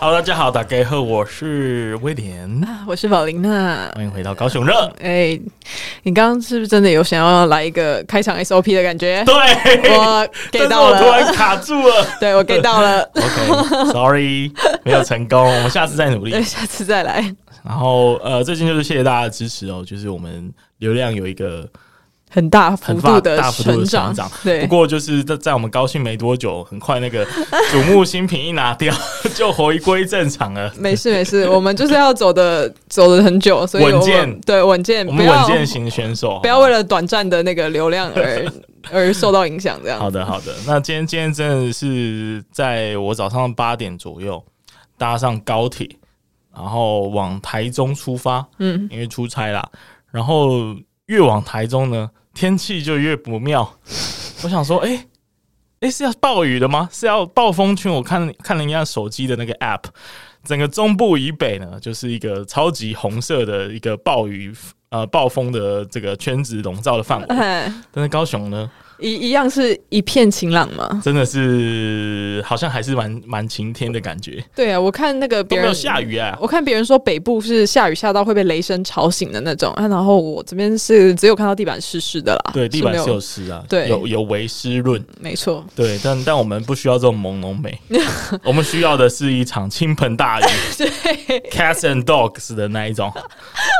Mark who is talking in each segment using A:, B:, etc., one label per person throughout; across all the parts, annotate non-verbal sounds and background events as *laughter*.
A: Hello，大家好，打给后，我是威廉，
B: 啊，我是宝琳娜。
A: 欢迎回到高雄热。
B: 哎、你刚刚是不是真的有想要来一个开场 SOP 的感觉？
A: 对，
B: 我
A: 但
B: get
A: 是
B: 到
A: 我突
B: 了
A: 然，卡住了。。
B: *laughs* 对我 get 到了
A: OK，Sorry，、没有成功，我们下次再努力
B: *laughs* 对，。下次再来，
A: 然后呃，最近就是谢谢大家的支持哦，就是我们流量有一个
B: 很大幅
A: 很
B: 度
A: 大
B: 的
A: 大幅度的
B: 长
A: 成，长。
B: 对
A: 不，过就是在在我们高兴没多久，很快那个瞩目新品一拿掉， *laughs* 就回归正常了。
B: 没事没事，我们就是要走的 *laughs* 走的很久，所以我们
A: 稳健
B: 对稳健，
A: 我
B: 不
A: 们稳
B: 要
A: 健型选手，
B: 不要为了短暂的那个流量
A: *laughs*
B: 而而受到影响，这样
A: 好的，好的。那今天今天真的是在我早上八点左右搭上高铁，然后往台中出发，
B: 嗯，
A: 因为出差啦。然后越往台中呢，天气就越不妙。我想说，哎、诶是要暴雨的吗？是要暴风圈？我看看了一下手机的那个 app，整个中部以北呢，就是一个超级红色的一个暴雨呃暴风的这个圈子笼罩的范围。
B: 哎，
A: 但是高雄呢，
B: 一一样是一片晴
A: *laughs*
B: 朗嘛。
A: 真的是好像还是蛮蛮晴天的感觉，
B: 对啊，我看那个
A: 都
B: 别
A: 没
B: 人
A: 有下雨啊。
B: 我看别人说北部是下雨下到会被雷声吵醒的那种，啊、然后我这边是只有看到地板湿湿的啦，
A: 对，地板
B: 没
A: 是有湿啊，
B: 对
A: 有有微湿润，
B: 没错， *laughs*
A: 对，但但我们不需要这种朦胧 *laughs* 美，我们需要的是一场倾盆 *laughs* 大雨
B: 对，
A: ，cats and dogs 的那一种，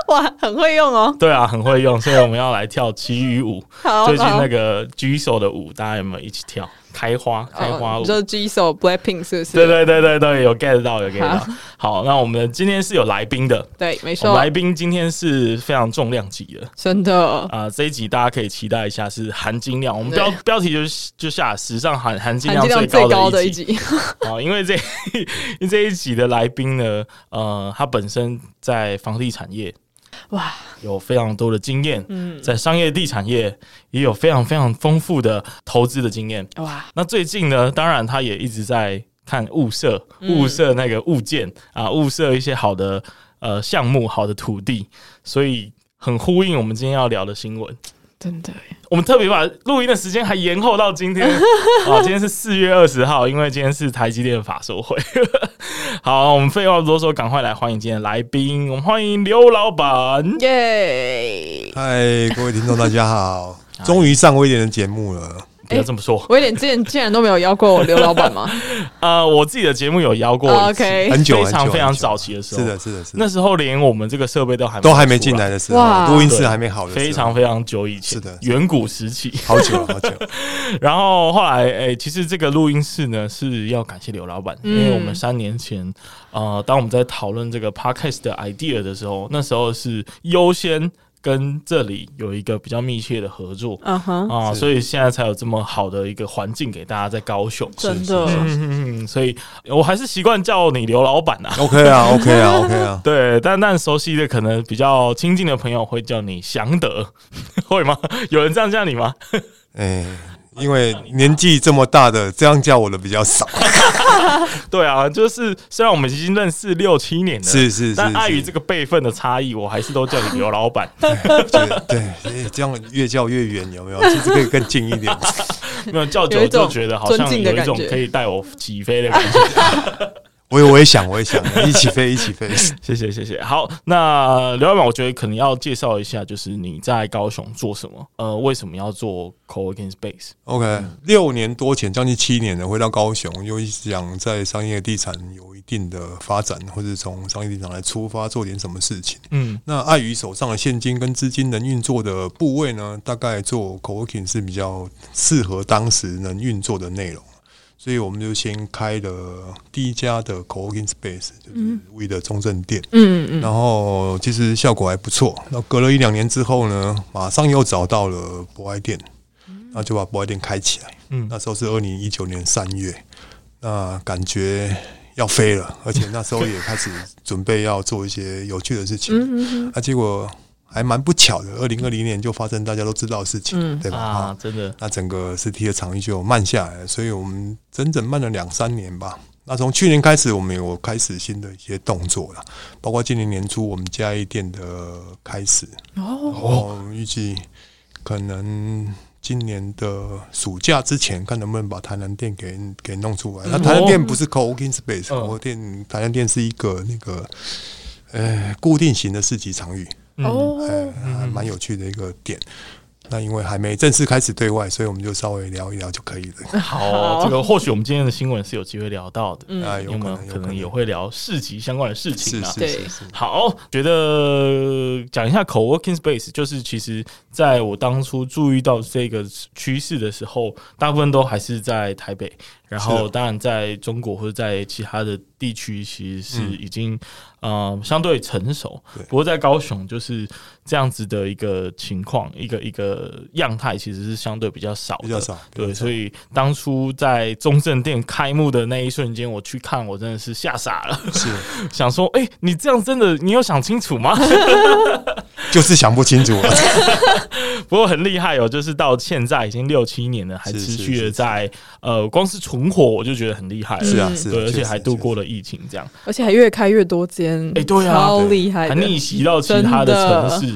B: 哇，很会用哦，
A: 对啊，很会用，所以我们要来跳旗语舞，
B: 好，
A: 最近
B: 好
A: 那个举手的舞，大家有没有一起跳？开花，开花
B: 哦
A: 舞
B: 你，说 G s o Blackpink 是不是？
A: 对对对对对，有 get 到，有 get 到。好，那我们今天是有来宾的，
B: 对没
A: 我们
B: 错，
A: 来宾今天是非常重量级的。
B: 真的
A: 啊、这一集大家可以期待一下，是含金量。我们标
B: 对
A: *laughs* 标题就是就下史上含含金量
B: 含金量
A: 最
B: 最高
A: 的
B: 的
A: 一
B: 一
A: 集
B: 集， *laughs*
A: 啊、因为这因为这一集的来宾呢，呃，他本身在房地产业
B: 哇，
A: 有非常多的经验，
B: 嗯，
A: 在商业地产业也有非常非常丰富的投资的经验。
B: 哇，
A: 那最近呢，当然他也一直在看物色
B: 嗯
A: 物色那个物件、啊，物色一些好的呃项目、好的土地，所以很呼应我们今天要聊的新闻。
B: 真的耶，
A: 我们特别把录音的时间还延后到今天啊，今天是四月二十号，因为今天是台积电的法说会。 *laughs* 好，我们废话不多说，赶快来欢迎今天的来宾，我们欢迎刘老
B: 哎
A: 板。
B: 耶、
C: 嗨，各位听众，大家
A: *laughs*
C: 好！终于上威廉的节目了，
A: 不要这么说，
B: 我有点之前竟然都没有邀过我刘老板吗？啊
A: 呃，我自己的节目有邀 *laughs* 过一次
B: *laughs* OK
C: 很
A: 哎非
C: 久很
A: 常
C: 久
A: 非常
C: 很久
A: 早期的时候，
C: 是的，是的，是
A: 那
C: 的，
A: 时候连我们这个设备都还
C: 都还没
A: 出来
C: 进来的时候，
B: 哇
C: 录音室还没好的时候，
A: 非常非常久以前，
C: 是的
A: 远古时期。
C: 好久好久，
A: 然后后来，诶、其实这个录音室呢是要感谢刘老板，因
B: 嗯
A: 为我们三年前，呃，当我们在讨论这个 podcast 的 idea 的时候，那时候是优先跟这里有一个比较密切的合作。
B: 嗯哼，
A: 啊，
C: 是
A: 所以现在才有这么好的一个环境给大家在高雄。
B: 真的
A: 嗯嗯嗯，所以我还是习惯叫你刘老板啊。
C: OK 啊，OK 啊，OK 啊，
A: 对，但但熟悉的可能比较亲近的朋友会叫你祥德， *laughs* 会吗？有人这样叫你吗？
C: 哎，因为年纪这么大的，这样叫我的比
A: *laughs*
C: 较少，
A: 对啊，就是虽然我们已经认识六七年了，
C: 是是是
A: 但碍于
C: 是
A: 这个辈分的差异，我还是都叫你刘老 *laughs* 板。
C: 对对，哎这样越叫越远，有
A: *laughs*
C: 没有？其实可以更近一点，
A: 没有叫久
B: 有
A: 了
B: 一种
A: 就觉得好像
B: 尊敬
A: 有
B: 的
A: 一
B: 感觉
A: 种可以带我起飞的感觉。
C: 我也我也想，我也想，一起飞，一起飞。
A: *laughs* 谢谢谢谢。好，那刘老板，我觉得可能要介绍一下，就是你在高雄做什么？呃，为什么要做 co-working space？
C: OK，六年多前，将近七年了，回到高雄，又一直想在商业地产有一定的发展，或者从商业地产来出发做点什么事情。
A: 嗯
C: 那碍于手上的现金跟资金能运作的部位呢，大概做 coworking 是比较适合当时能运作的内容，所以我们就先开了第一家的 coworking space，就是为的中正店。
B: 嗯嗯
C: 然后其实效果还不错。那隔了一两年之后呢，马上又找到了博爱店，
B: 嗯
C: 然后就把博爱店开起来。
A: 嗯
C: 那时候是二零一九年三月，那感觉要飞了，而且那时候也开始准备要做一些有趣的事情。
B: 嗯嗯嗯，
C: 啊，结果还蛮不巧的，二零二零年就发生大家都知道的事情，
B: 嗯
C: 对吧？
A: 啊
C: 啊，，
A: 真的
C: 那整个实体的场域就慢下来了，所以我们整整慢了两三年吧。那从去年开始，我们有开始新的一些动作了，包括今年年初我们嘉义店的开始，
B: 哦，
C: 哦，预计可能今年的暑假之前，看能不能把台南店给给弄出来。那台南店不是 co-working space，
A: 嗯
C: co 店台南店是一个那个呃固定型的市集场域，
A: 嗯
C: 呃
B: 哦，，
C: 还蛮有趣的一个点。那因为还没正式开始对外，所以我们就稍微聊一聊就可以了。
A: *laughs* 好，这个或许我们今天的新闻是有机会聊到的，
C: 啊，有
A: 因为
C: 可
A: 我
C: 能，
A: 们
C: 有
A: 可能也会聊市集相关的事
C: 是
A: 情啊。
C: 是
B: 对
C: 是是，
A: 好，觉得讲一下 co-working space，就是其实在我当初注意到这个趋势的时候，大部分都还是在台北，然
C: 是
A: 后
C: 的
A: 当然在中国或者在其他的地区，其实是
C: 嗯
A: 已经、呃相对成熟
C: 对。
A: 不过在高雄就是这样子的一个情况，一个一个样态，其实是相对比较少的，
C: 比较少比较
A: 对，
C: 少
A: 所以当初在中正店开幕的那一瞬间，我去看，我真的是吓傻了。
C: 是， *laughs*
A: 想说，哎、你这样真的，你有想清楚吗？ *laughs*
C: 就是想不清楚了。
A: 不过很厉害哦，就是到现在已经六七年了，还
C: 是
A: 持
C: 是
A: 续
C: 是
A: 的
C: 是
A: 在呃，光是存活我就觉得很厉害了。
C: 是啊，
B: 嗯
C: 是啊，
A: 对，而
C: 确
A: 且
C: 实
A: 还度
C: 确
A: 过
C: 实
A: 了疫情，这样
B: 而且还越开越多间，
A: 哎对啊
B: 超
C: 对
B: 厉害
A: 还
B: 的，
A: 逆袭到其他的城市，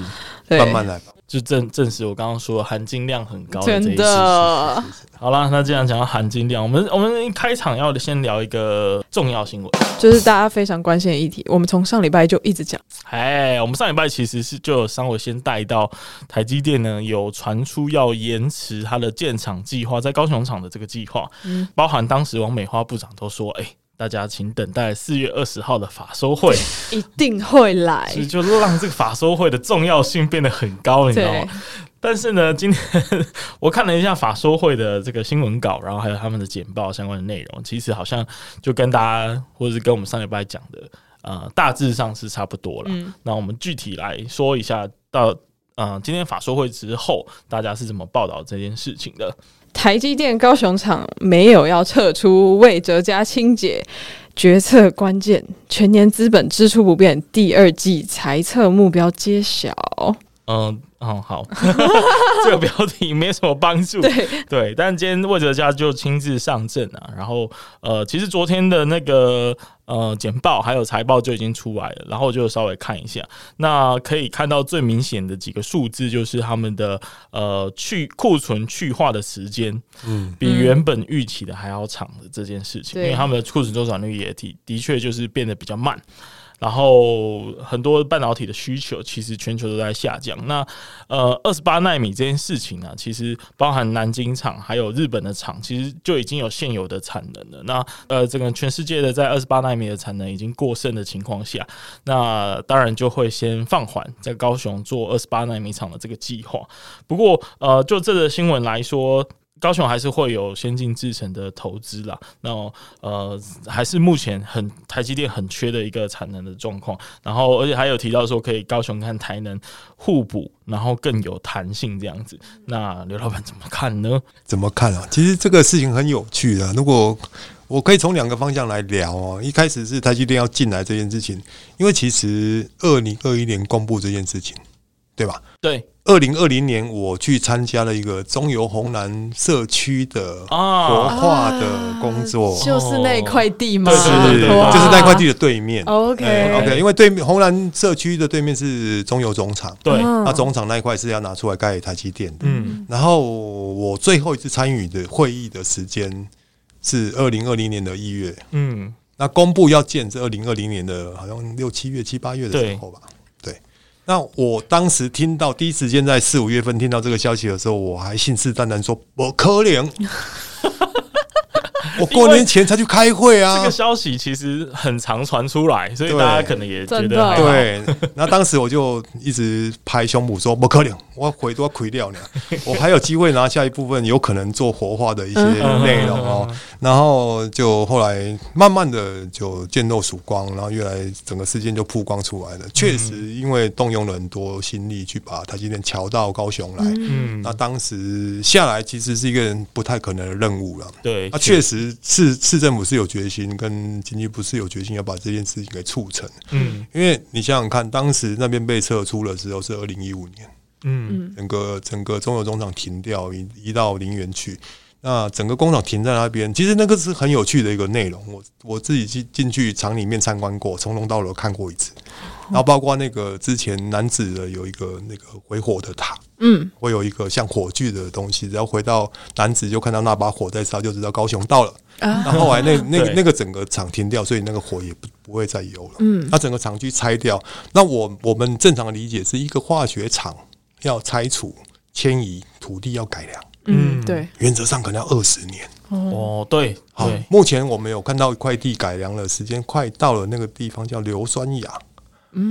B: 对，
C: 慢慢来吧。
A: 就证证实我刚刚说含金量很高的这
B: 真
A: 一次。
B: 的，
A: 好啦，那既然讲到含金量，我们我们一开场要先聊一个重要新闻。
B: 就是大家非常关心的议题，我们从上礼拜就一直讲，
A: 哎，我们上礼拜其实是就有稍微先带到台积电呢，有传出要延迟它的建厂计划，在高雄厂的这个计划，
B: 嗯
A: 包含当时王美花部长都说，哎、大家请等待四月二十号的法收会，
B: 一定会来
A: 所，以就让这个法收会的重要性变得很高，啊你知道
B: 对
A: 吗？，但是呢，今天呃我看了一下法说会的这个新闻稿，然后还有他们的简报相关的内容，其实好像就跟大家或者是跟我们上礼拜讲的，呃，大致上是差不多了。
B: 嗯
A: 那我们具体来说一下到。呃，今天法说会之后，大家是怎么报道这件事情的？
B: 台积电高雄厂没有要撤出魏哲家清洁，决策关键，全年资本支出不变，第二季财测目标揭晓。
A: 嗯、嗯，好， *laughs* 这个标题没什么帮助。
B: 对，
A: 对，但今天魏哲家就亲自上阵啊，然后呃，其实昨天的那个呃简报还有财报就已经出来了，然后我就稍微看一下，那可以看到最明显的几个数字就是他们的呃去库存去化的时间
C: 嗯，
A: 比
B: 嗯
A: 原本预期的还要长的这件事情，
B: 对
A: 因为他们的库存周转率也的的确就是变得比较慢。然后很多半导体的需求其实全球都在下降。那呃，二十八纳米这件事情啊，其实包含南京厂还有日本的厂，其实就已经有现有的产能了。那呃，整个全世界的在二十八纳米的产能已经过剩的情况下，那当然就会先放缓在高雄做二十八纳米厂的这个计划。不过呃，就这个新闻来说。高雄还是会有先进制程的投资啦，那呃还是目前很台积电很缺的一个产能的状况，然后而且还有提到说可以高雄跟台能互补，然后更有弹性这样子。那刘老板怎么看呢？
C: 怎么看啊？其实这个事情很有趣的。啊如果我可以从两个方向来聊哦，一开始是台积电要进来这件事情，因为其实二零二一年公布这件事情，对吧？
A: 对
C: 二零二零年我去参加了一个中油红蓝社区的活
A: 啊，
C: 化的工作，
B: 就是那块地吗？
A: 哦对
C: 是
A: 对
B: 哇
C: 就是那块地的对面。
B: 哦 OK，
C: 哎 OK，因为对面红蓝社区的对面是中油总厂，
A: 对，
B: 嗯
C: 那总厂那一块是要拿出来盖台积电的。
A: 嗯，
C: 然后我最后一次参与的会议的时间是二零二零年的一月，
A: 嗯，
C: 那公布要建是二零二零年的好像六七月、七八月的时候吧。对，那我当时听到第一时间在四五月份听到这个消息的时候，我还信誓旦旦说不
A: *laughs*
C: 可能。我过年前才去开会
A: 这
C: 啊
A: 个，消息其实很常传出来，所以
C: 对
A: 大家可能也觉
B: 真
A: 得
B: 的
A: 还好
C: 对，那当时我就一直拍胸脯说不可能，我回都要亏掉呢，我还有机会拿下一部分有可能做活化的一些内容哦。然后就后来慢慢的就渐露曙光，然后越来整个事件就曝光出来了。确实，因为动用了很多心力去把台积电调到高雄来，
A: 嗯，
C: 那当时下来其实是一个不太可能的任务了。
A: 对，
C: 啊那确实是市市政府是有决心，跟经济部是有决心要把这件事情给促成。
A: 嗯
C: 因为你想想看，当时那边被撤出的时候是二零一五年，
A: 嗯
B: 嗯
C: 整个整个中油工厂停掉，移移到林园去。那整个工厂停在那边，其实那个是很有趣的一个内容。我我自己进进去厂里面参观过，从龙到楼看过一次，然后包括那个之前南子的有一个那个回火的塔，
B: 嗯，
C: 会有一个像火炬的东西，只要回到南子就看到那把火在烧，就知道高雄到了。
B: 啊
C: 那后来那那个
A: 对
C: 那个整个厂停掉，所以那个火也不不会再有了。
B: 嗯
C: 那整个厂区拆掉，那我我们正常的理解是一个化学厂要拆除、迁移土地要改良，
B: 嗯，对，
C: 原则上可能要二十年。
A: 哦，对
C: 好
A: 对，，
C: 目前我们有看到一块地改良了，时间快到了，那个地方叫硫酸亚，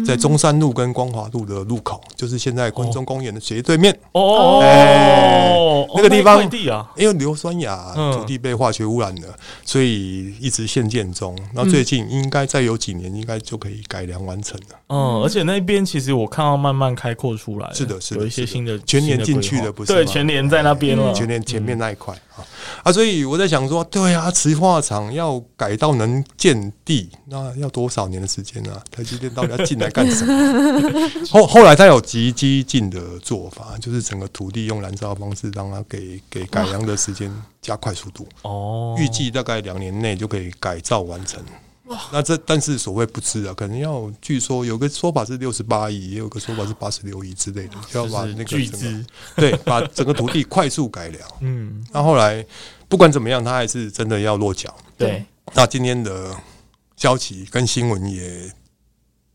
C: 在中山路跟光华路的路口，就是现在关中公园的斜对面。
A: 哦
C: 哎
A: 哦，
C: 那个地方
A: 那一块地啊，
C: 因为硫酸亚
A: 嗯
C: 土地被化学污染了，所以一直限建中。那最近应该再有几年，应该就可以改良完成了。
A: 嗯，而且那边其实我看到慢慢开阔出来，
C: 是的是的
A: 有一些新的
C: 全年进去
A: 新
C: 的
A: 的规
C: 不
A: 划
C: 是吗
A: 对，全年在那边了，
C: 前年前面那一块啊啊，所以我在想说，对啊，磁化厂要改到能见地，那要多少年的时间啊？台积电到底要进来干什么？
A: *laughs*
C: 后后来他有极激进的做法，就是整个土地用燃烧方式，让它给给改良的时间加快速度。
A: 哦，
C: 预计大概两年内就可以改造完成。那这但是所谓不知啊，可能要据说有个说法是六十八亿，也有个说法是八十六亿之类的，要
A: 就
C: 把
A: 是
C: 那个
A: 巨
C: 整个
A: 资，
C: 对把整个土地快速改良。
A: 嗯，
C: 那后来不管怎么样，他还是真的要落脚。
A: 对，
C: 那今天的消息跟新闻也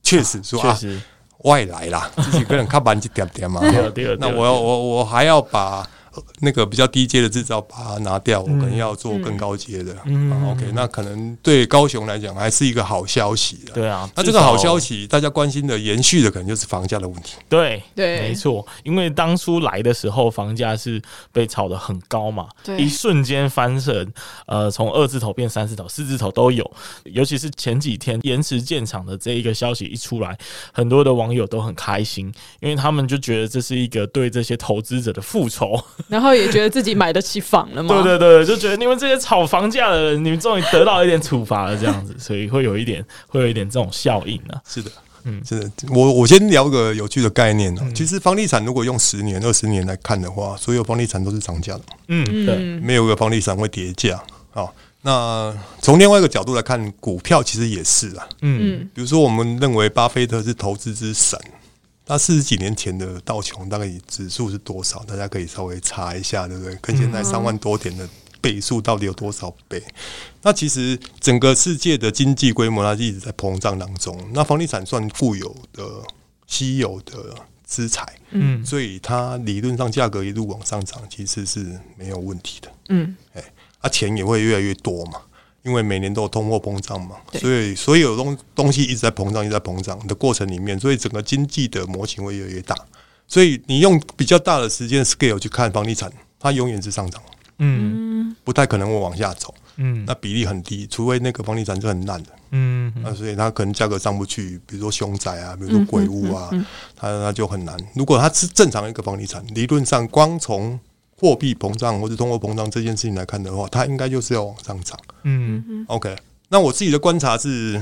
C: 确实说
A: 确
C: 啊，
A: 实，
C: 外来啦，自己个人看板一点点嘛。
A: 对了啊对了，
C: 那
A: 对了
C: 我要我我还要把呃那个比较低阶的制造把它拿掉，我可能要做更高阶的。
A: 嗯
C: 啊 OK，那可能对高雄来讲还是一个好消息啦
A: 对啊，
C: 那这个好消
A: 息，
C: 息，大家关心的延续的可能就是房价的问题。
A: 对
B: 对
A: 没错，因为当初来的时候房价是被炒得很高嘛，
B: 对
A: 一瞬间翻身，呃，从二字头变三字头、四字头都有。尤其是前几天延迟建厂的这一个消息一出来，很多的网友都很开心，因为他们就觉得这是一个对这些投资者的复仇。
B: 然后也觉得自己买得起房了嘛，
A: 对对对，就觉得你们这些炒房价的人，你们终于得到一点处罚了，这样子，所以会有一点，会有一点这种效应呢、
C: 是的，
A: 嗯
C: 是的。我我先聊个有趣的概念呢、其实房地产如果用十年、二十年来看的话，所有房地产都是涨价的，
A: 嗯，对，
B: 嗯，
C: 没有一个房地产会跌价啊。那从另外一个角度来看，股票其实也是啊。
A: 嗯
B: 嗯
C: 比如说，我们认为巴菲特是投资之神，那四十几年前的道琼大概指数是多少？大家可以稍微查一下，对不对？跟现在三万多点的倍数到底有多少倍？那其实整个世界的经济规模它一直在膨胀当中，那房地产算固有的、稀有的资产，
A: 嗯
C: 所以它理论上价格一路往上涨，其实是没有问题的。
B: 嗯，
C: 啊，钱也会越来越多嘛，因为每年都有通货膨胀嘛，
B: 对
C: 所以所有东东西一直在膨胀，一直在膨胀的过程里面，所以整个经济的模型会越来越大。所以你用比较大的时间 scale 去看房地产，它永远是上涨，
A: 嗯
C: 不太可能会往下走。
A: 嗯
C: 那比例很低，除非那个房地产是很烂的，
A: 嗯
C: 那所以它可能价格上不去，比如说凶宅啊，比如说鬼屋啊，
A: 嗯
C: 它它就很难。如果它是正常的一个房地产，理论上光从货币膨胀或者通货膨胀这件事情来看的话，它应该就是要往上涨。
A: 嗯
C: OK，那我自己的观察是，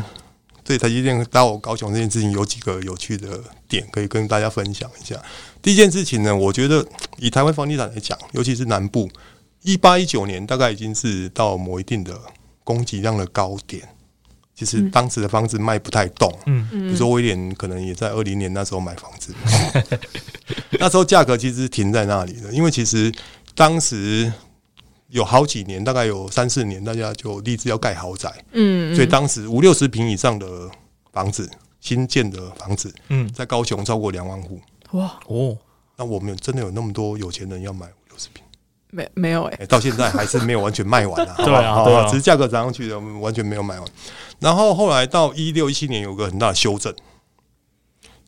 C: 对台积电到高雄这件事情有几个有趣的点可以跟大家分享一下。第一件事情呢，我觉得以台湾房地产来讲，尤其是南部，一八一九年大概已经是到某一定的供给量的高点，其
B: 嗯
C: 实当时的房子卖不太动。啊
A: 嗯
C: 比如说威廉可能也在二零年那时候买房
A: *laughs*
C: 子，那时候价格其实停在那里的，因为其实当时有好几年，大概有三四年，大家就立志要盖豪宅，
B: 嗯，
C: 所以当时五六十平以上的房子，新建的房子
A: 嗯，
C: 在高雄超过两万户，
B: 哇，
A: 哦，
C: 那我们有真的有那么多有钱人要买五六十平？
B: 没没有哎、
C: 哎、到现在还是没有完全卖
A: *laughs*
C: 完啊。好吧
A: 对啊
C: 好吧
A: 对啊
C: 只是价格涨上去的，我们完全没有卖完。然后后来到一六一七年有个很大的修正，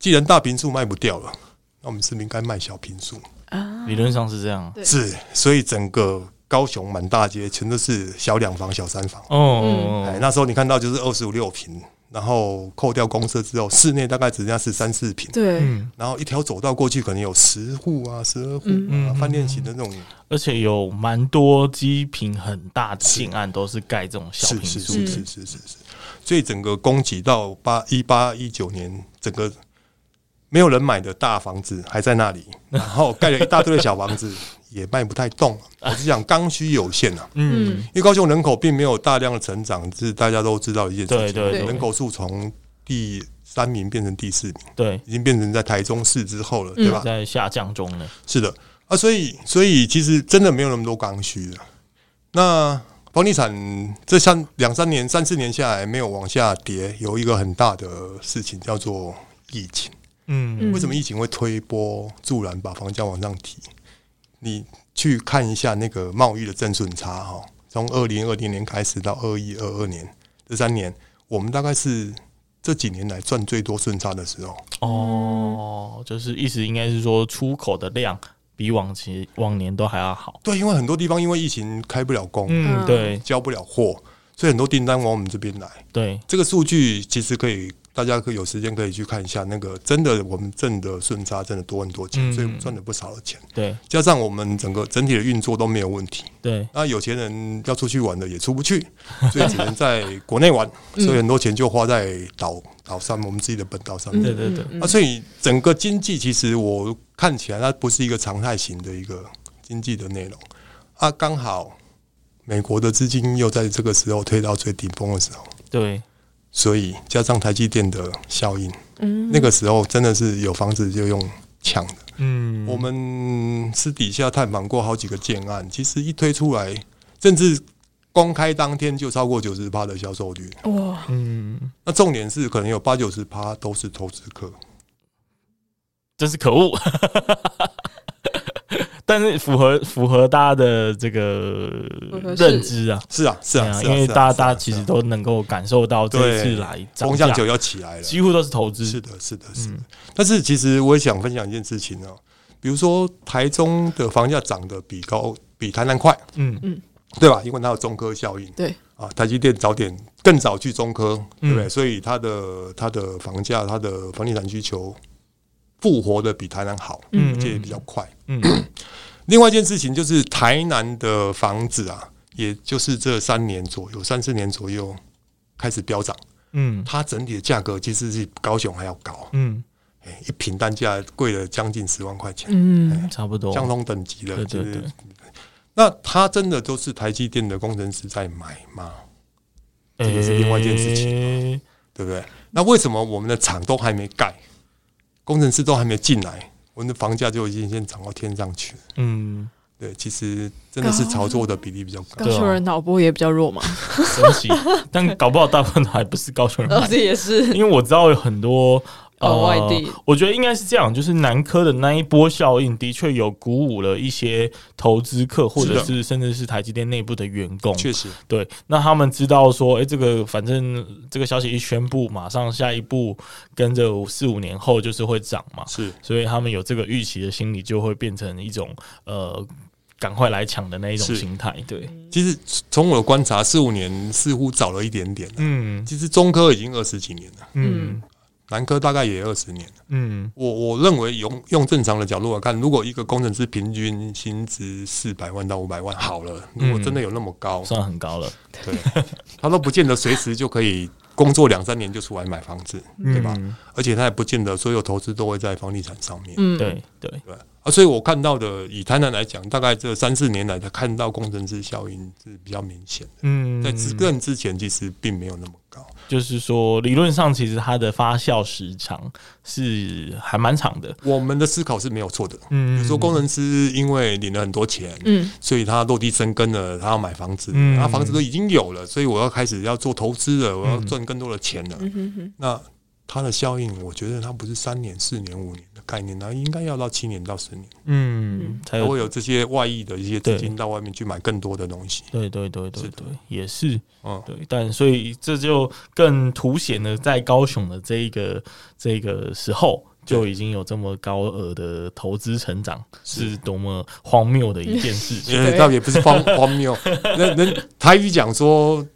C: 既然大平数卖不掉了，那我们是不是应该卖小平数？
A: 理论上是这样，
B: 对
C: 是，所以整个高雄满大街全都是小两房、小三房。
A: 哦
B: 嗯
C: 哎，，那时候你看到就是二十五六平，然后扣掉公社之后，室内大概只剩下十三四平，
B: 对，
A: 嗯，
C: 然后一条走道过去可能有十户啊、十二户
A: 嗯
C: 啊，
A: 嗯
C: 饭店型的那种
A: 而且有蛮多基平很大的近岸都是盖这种小
C: 是
A: 平
C: 是
A: 数
C: 是
B: 的
C: 是是是是，所以整个供给到八一八一九年，整个没有人买的大房子还在那里，然后盖了一大堆的小房子也卖不太动。啊我是讲刚需有限啊，
A: 嗯，
C: 因为高雄人口并没有大量的成长，这是大家都知道的一件事
A: 对
C: 情。啊
A: 对
B: 对
C: 人口数从第三名变成第四名，
A: 对，
C: 已经变成在台中市之后了，对吧？
A: 在下降中呢。
C: 是的啊，所以所以其实真的没有那么多刚需的。那房地产这三两三年、三四年下来没有往下跌，有一个很大的事情叫做疫情。
A: 嗯
C: 为什么疫情会推波助澜，把房价往上提？你去看一下那个贸易的正顺差哈，从二零二零年开始到二一二二年这三年，我们大概是这几年来赚最多顺差的时候。
A: 哦，就是意思应该是说出口的量比往期往年都还要好。
C: 对，因为很多地方因为疫情开不了工，
A: 嗯，
B: 嗯
A: 对
C: 交不了货，所以很多订单往我们这边来。
A: 对，
C: 这个数据其实可以，大家可以有时间可以去看一下，那个真的我们挣的顺差真的多很多钱，
A: 嗯
C: 所以我们赚了不少的钱，
A: 对
C: 加上我们整个整体的运作都没有问题。
A: 对，
C: 那有钱人要出去玩的也出不去，所以只能在国内玩，所以很多钱就花在岛岛上，我们自己的本岛上面。
A: 对对对
B: 嗯
C: 啊，所以整个经济其实我看起来它不是一个常态型的一个经济的内容啊，刚好美国的资金又在这个时候推到最顶峰的时候，
A: 对，
C: 所以加上台积电的效应，那个时候真的是有房子就用抢的。
A: 嗯
C: 我们私底下探访过好几个建案，其实一推出来，甚至公开当天就超过九十趴的销售率。
B: 哇，
A: 嗯，
C: 那重点是，可能有八九十趴都是投资客。
A: 真是可恶。 *laughs* 但是符合符合大家的这个
B: 符合
A: 认知啊，
C: 是啊，是
A: 对
C: 啊，
A: 啊
C: 是啊
A: 因为
C: 是啊
A: 大家
C: 是啊
A: 大家其实都能够感受到这一次
C: 对
A: 来
C: 是啊
A: 涨
C: 风向
A: 价，
C: 球要起来了。
A: 几乎都是投资。
C: 是的，是的，是的
A: 嗯。
C: 但是其实我也想分享一件事情哦，比如说台中的房价涨得比高比台南快，
A: 嗯
C: 对吧？因为它有中科效应。
B: 对
C: 啊，台积电早点更早去中科，对不对？
A: 嗯
C: 所以它的它的房价、它的房地产需求复活的比台南好，
A: 嗯
C: 而且也比较快。
A: 嗯，
C: 另外一件事情就是台南的房子啊，也就是这三年左右、三四年左右开始飙涨，
A: 嗯
C: 它整体的价格其实是比高雄还要高，
A: 嗯，
C: 哎一平单价贵了将近十万块钱，
B: 嗯，
A: 差不多。
C: 相同等级的，
A: 对
C: 就
A: 对
C: 是
A: 对。
C: 那它真的都是台积电的工程师在买吗？这个是另外一件事情啊
A: 情。
C: 对不对？那为什么我们的厂都还没盖，工程师都还没进来，我们的房价就已经先涨到天上去了？
A: 嗯，
C: 对，其实真的是
B: 高
C: 炒作的比例比较高。
B: 高雄人脑波也比较弱嘛，
A: 神奇， *laughs* 但搞不好大部分还不是高雄人
B: *laughs*
A: *laughs*
B: 哦，
A: 买，
B: 这也是
A: 因为我知道有很多呃
B: 哦外地。
A: 我觉得应该是这样，就是南科的那一波效应，的确有鼓舞了一些投资客，或者
C: 是
A: 是甚至是台积电内部的员工。
C: 确实，
A: 对，那他们知道说，哎、这个反正这个消息一宣布，马上下一步跟着五四五年后就是会涨嘛，
C: 是
A: 所以他们有这个预期的心理，就会变成一种呃，赶快来抢的那一种
C: 是
A: 心态。对，
C: 其实从我的观察，四五年似乎早了一点点了。
A: 嗯
C: 其实中科已经二十几年了，
A: 嗯
C: 南科大概也二十年了。
A: 嗯
C: 我我认为用用正常的角度来看，如果一个工程师平均薪资四百万到五百万好了，如果真
A: 嗯
C: 的有那么高，
A: 算很高了，
C: 对，他都不见得随时就可以工作两三年就出来买房子，对吧？
A: 嗯
C: 而且他也不见得所有投资都会在房地产上面，
B: *laughs* 嗯，
A: 对对，
C: 对啊。所以我看到的，以台南来讲，大概这三四年来，他看到工程师效应是比较明显的，
A: 嗯
C: 在之更之前其实并没有那么高。
A: 就是说，理论上其实它的发酵时长是还蛮长的。
C: 我们的思考是没有错的，比
A: 嗯
C: 如说工程师因为领了很多钱，
B: 嗯，
C: 所以他落地生根了，他要买房子，啊
A: 嗯
C: 他房子都已经有了，所以我要开始要做投资了，我要赚更多的钱了。
A: 嗯
C: 那它的效应，我觉得它不是三年、四年、五年的概念，它应该要到七年到十年，
A: 嗯，才
C: 才
A: 有
C: 会有这些外溢的一些资金到外面去买更多的东西。
A: 对对对对
C: 是的
A: 对，也是
C: 嗯，
A: 对，但所以这就更凸显了在高雄的这一个这个时候。
C: 对
A: 就已经有这么高额的投资成长，是多么荒谬 *laughs* 的一件事情。
C: 呃，倒也不是荒荒谬。那那台语讲说，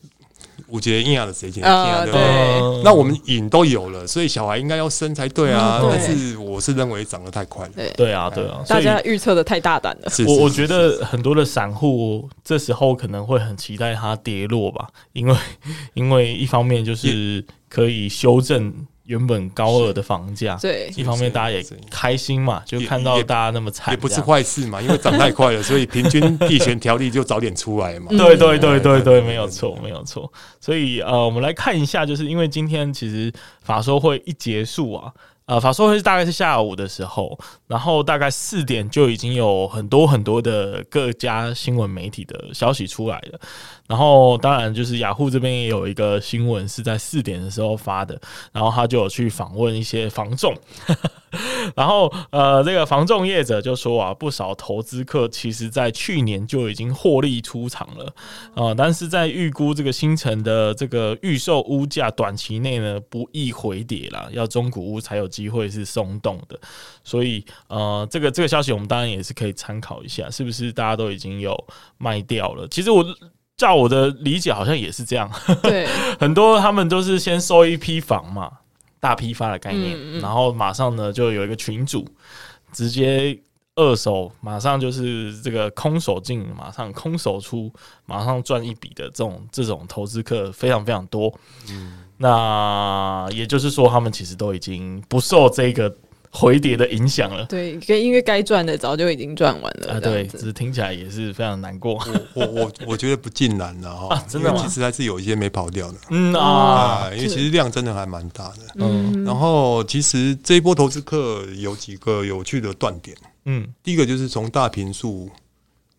C: 五节硬的谁听
B: 呃
C: 啊？对不对？
B: 对
C: 那我们瘾都有了，所以小孩应该要生才对啊。
A: 嗯嗯对
C: 但是我是认为长得太快了，
B: 对，
A: 对啊对啊，所
B: 大
A: 以
B: 家预测的太大胆
A: *laughs*
B: 了。
C: 嗯是
A: 我
C: 是
A: 我
C: 是
A: 觉得很多的散户这时候可能会很期待它跌落吧， *laughs* 因为因为一方面就是可以修正原本高额的房价，
B: 对，
A: 一方面大家也
C: 是是
A: 开心嘛，就
C: 也
A: 看到
C: 也
A: 大家那么惨，
C: 也不是。坏事嘛，因为长太快了，所以平均地权条例就早点出来
B: 嗯
C: 嘛。
A: 对对对对
C: 对
A: 对，
C: 对
A: 没有
C: 对
A: 错
C: 对
A: 没有错。所以呃，我们来看一下，就是因为今天其实法说会一结束啊，呃，法说会是大概是下午的时候，然后大概四点就已经有很多很多的各家新闻媒体的消息出来了。然后当然就是雅虎这边也有一个新闻是在四点的时候发的，然后他就有去访问一些房仲， *laughs* 然后呃，这个房仲业者就说啊，不少投资客其实在去年就已经获利出场了，啊、但是在预估这个新城的这个预售屋价短期内呢不易回跌啦，要中古屋才有机会是松动的，所以呃，这个这个消息我们当然也是可以参考一下，是不是大家都已经有卖掉了？其实我。照我的理解，好像也是这样。
B: 对，
A: 很多他们都是先收一批房嘛，大批发的概念，
B: 嗯嗯
A: 然后马上呢就有一个群主直接二手，马上就是这个空手进，马上空手出，马上赚一笔的这种这种投资客非常非常多。那也就是说，他们其实都已经不受这个回跌的影响了。
B: 对，跟因为该赚的早就已经赚完了，
A: 啊，
B: 这
A: 对，
B: 样
A: 只
B: 子。
A: 是听起来也是非常难过。
C: *laughs* 我我我觉得不尽然了哈、
A: 啊真的吗
C: 因为其实还是有一些没跑掉的
A: 嗯啊，
C: 啊，因为
B: 是
C: 其实量真的还蛮大的。
A: 嗯
C: 然后其实这一波投资客有几个有趣的断点，
A: 嗯
C: 第一个就是从大平数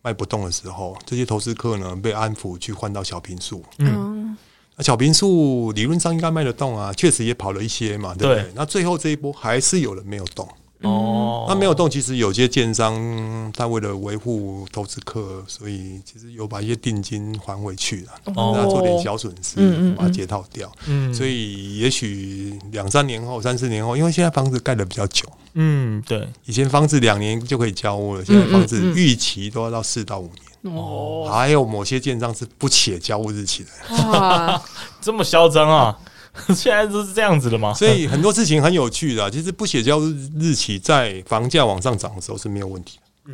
C: 卖不动的时候，这些投资客呢被安抚去换到小平数。
B: 嗯，
C: 那小平数理论上应该卖得动啊，确实也跑了一些嘛，对不对？
A: 对
C: 那最后这一波还是有人没有动，
A: 哦，
C: 那没有动，其实有些建商他为了维护投资客，所以其实有把一些定金还回去了，
B: 嗯
A: 哦
C: 让他做点小损
B: 嗯嗯
C: 失，把它解套掉。
A: 嗯，
C: 所以也许两三年后、三四年后，因为现在房子盖的比较久，
A: 嗯对，
C: 以前房子两年就可以交屋了，现在房子
B: 嗯嗯
C: 预期都要到四到五年。
B: 哦，
C: 还有某些建商是不写交屋日期的，
B: *laughs* 哇，
A: 这么嚣张啊！ *laughs* 现在都是这样子的 *laughs* 吗？
C: 所以很多事情很有趣的啊、其实不写交屋日期在房价往上涨的时候是没有问题的。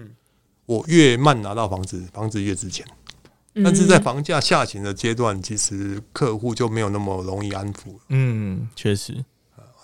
C: 我越慢拿到房子，房子越值钱。但是在房价下行的阶段，其实客户就没有那么容易安抚了，
A: 嗯，确实，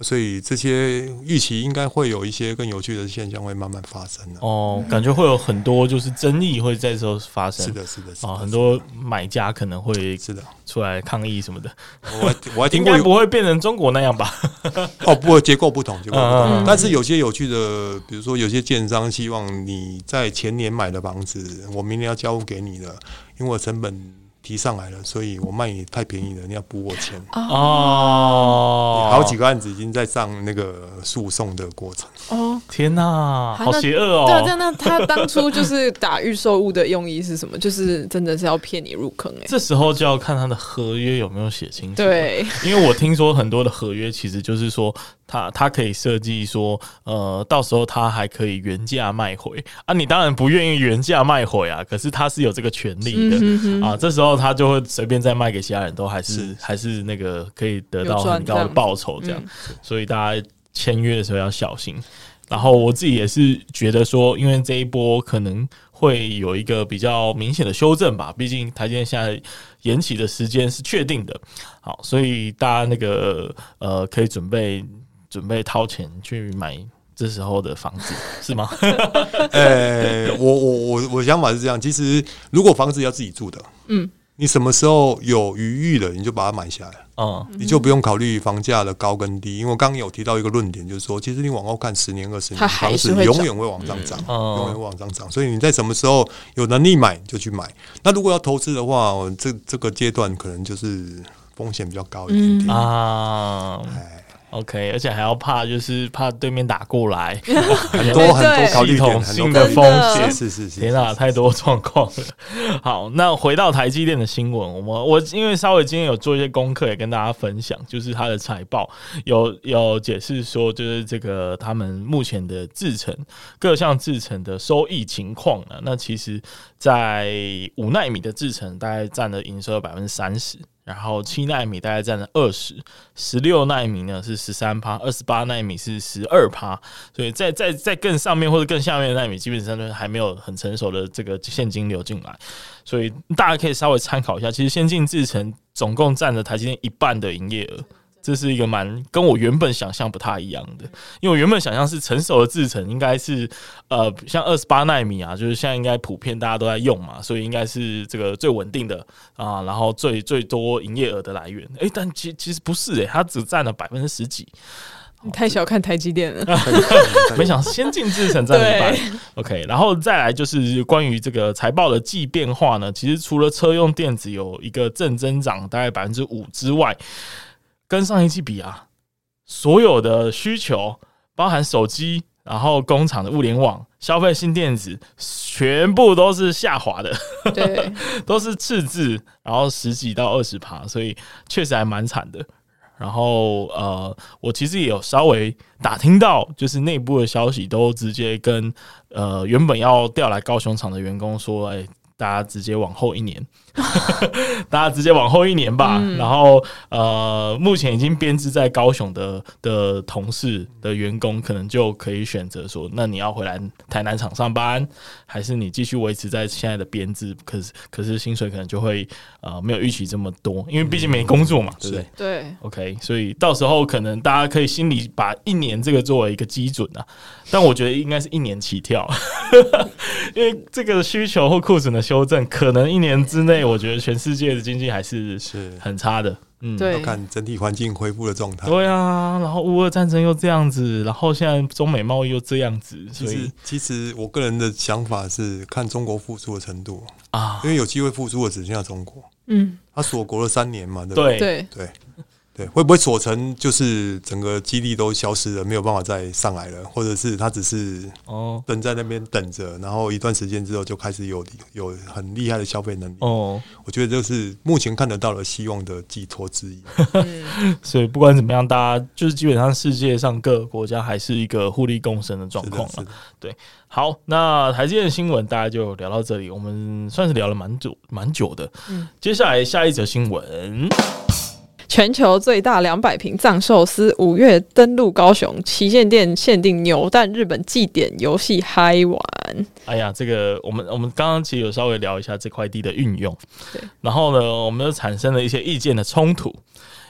C: 所以这些预期应该会有一些更有趣的现象会慢慢发生啊的、
A: 哦，感觉会有很多就是争议会在这时候发生。
C: 是的，是的，是的，
A: 啊，很多买家可能会
C: 是的。
A: 出来抗议什么的，
C: 我还我还听
A: 应
C: 过
A: 该
C: 有
A: 不会变成中国那样吧？
C: *laughs* 哦，不，结构不同，结构不
A: 嗯嗯
C: 同
A: 嗯。
C: 但是有些有趣的，比如说有些建商希望你在前年买的房子，我明年要交付给你了，因为我成本提上来了，所以我卖你太便宜了，你要补我钱。
A: 哦，
C: 好几个案子已经在上那个诉讼的过程。
B: 哦，
A: 天哪，
B: 那
A: 好邪恶
B: 对啊，这
A: 哦！
B: 样那他当初就是打预售物的用意是什么？就是真的是要骗你入坑哎、
A: 这时候就要看他的合约有没有写清楚。，
B: 对，
A: 因为我听说很多的合约其实就是说，他他可以设计说，呃，到时候他还可以原价卖回啊。你当然不愿意原价卖回啊，可是他是有这个权利的、啊。这时候他就会随便再卖给其他人都还是还是那个可以得到
B: 有赚
A: 很高的
B: 这样
A: 报酬这样。所以大家签约的时候要小心。然后我自己也是觉得说，因为这一波可能会有一个比较明显的修正吧，毕竟台积电现在延期的时间是确定的，好，所以大家那个呃，可以准备准备掏钱去买这时候的房子，是吗？ *laughs*
C: 呃、我我我我想法是这样，其实如果房子要自己住的，
B: 嗯，
C: 你什么时候有余裕了，你就把它买下来。
A: 嗯
C: 你就不用考虑房价的高跟低，因为我刚刚有提到一个论点，就是说，其实你往后看十年、二十
B: 它
C: 年，
B: 还
C: 房
B: 是
C: 子
B: 会涨
C: 永远会往上涨，
A: 嗯哦
C: 永远会往上涨。所以你在什么时候有能力买就去买。那如果要投资的话，哦这这个阶段可能就是风险比较高一点点。
A: 啊
C: 哎，
A: ，OK，而且还要怕就是怕对面打过来，
C: 很多很
B: 对
C: 多考虑
A: 系统
C: 点，很多
A: 性
C: 考
A: 的
C: 虑
A: 风
C: 点
B: 真
A: 险
B: 的。
C: 是是是，
A: 天啊，
C: 是
A: 太多状况了。好，那回到台积电的新闻，我们我因为稍微今天有做一些功课，也跟大家分享，就是它的财报有有解释说，就是这个他们目前的制程各项制程的收益情况啊呢。那其实，在五纳米的制程大概占了营收百分之三十，然后七纳米大概占了二十，十六纳米呢是十三趴，二十八纳米是十二趴，所以在在在更上面或者更下面的纳米，基本上就是还没有很成熟的这个现金流进来，所以大家可以稍微参考一下。其实先进制程总共占了台积电一半的营业额，这是一个蛮跟我原本想象不太一样的，因为我原本想象是成熟的制程应该是呃像二十八纳米啊，就是现在应该普遍大家都在用嘛，所以应该是这个最稳定的啊，然后最最多营业额的来源。诶，但其其实不是诶、它只占了百分之十几，
B: 你太小看台积电
A: *laughs*
B: 了。
A: 没想到先进制程占了一半。OK，然后再来就是关于这个财报的季变化呢，其实除了车用电子有一个正增长大概百分之五之外，跟上一季比啊，所有的需求包含手机，然后工厂的物联网、消费性电子，全部都是下滑的。
B: 对，
A: 都是赤字，然后十几到二十趴，所以确实还蛮惨的。然后呃，我其实也有稍微打听到，就是内部的消息都直接跟呃原本要调来高雄厂的员工说，哎、大家直接往后一年， *laughs* 大家直接往后一年吧。然后呃，目前已经编制在高雄的的同事的员工，可能就可以选择说，那你要回来台南厂上班，还是你继续维持在现在的编制？可是可是薪水可能就会呃没有预期这么多，因为毕竟没工作嘛，对不对
C: 嗯是？
B: 对，
A: OK，所以到时候可能大家可以心里把一年这个作为一个基准啊，但我觉得应该是一年起跳， *laughs* 因为这个需求或库存的修正，可能一年之内，我觉得全世界的经济还是
C: 是
A: 很差的。嗯，
B: 对
C: 要看整体环境恢复的状态。
A: 对啊，然后乌俄战争又这样子，然后现在中美贸易又这样子，
C: 其
A: 所以
C: 实，其实我个人的想法是看中国复苏的程度，
A: 啊，
C: 因为有机会复苏的只剩下中国，
B: 嗯，
C: 它锁国了三年嘛，对不
A: 对
B: 对，
C: 对对，会不会锁成就是整个基地都消失了，没有办法再上来了，或者是它只是
A: 哦
C: 等在那边等着，然后一段时间之后就开始有有很厉害的消费能力？
A: 哦，
C: 我觉得这是目前看得到的希望的寄托之一。
A: 所以不管怎么样，大家就是基本上世界上各个国家还是一个互利共生的状
C: 是
A: 况
C: 的，
A: 了
C: 是。的，
A: 好，那台积电新闻大家就聊到这里，我们算是聊了蛮久蛮久的。
B: 嗯
A: 接下来下一则新闻，
B: 全球最大两百平藏寿司五月登陆高雄，旗舰店限定扭蛋日本祭典游戏嗨玩。
A: 哎呀，这个我们我们刚刚其实有稍微聊一下这块地的运用
B: 对，
A: 然后呢，我们就产生了一些意见的冲突，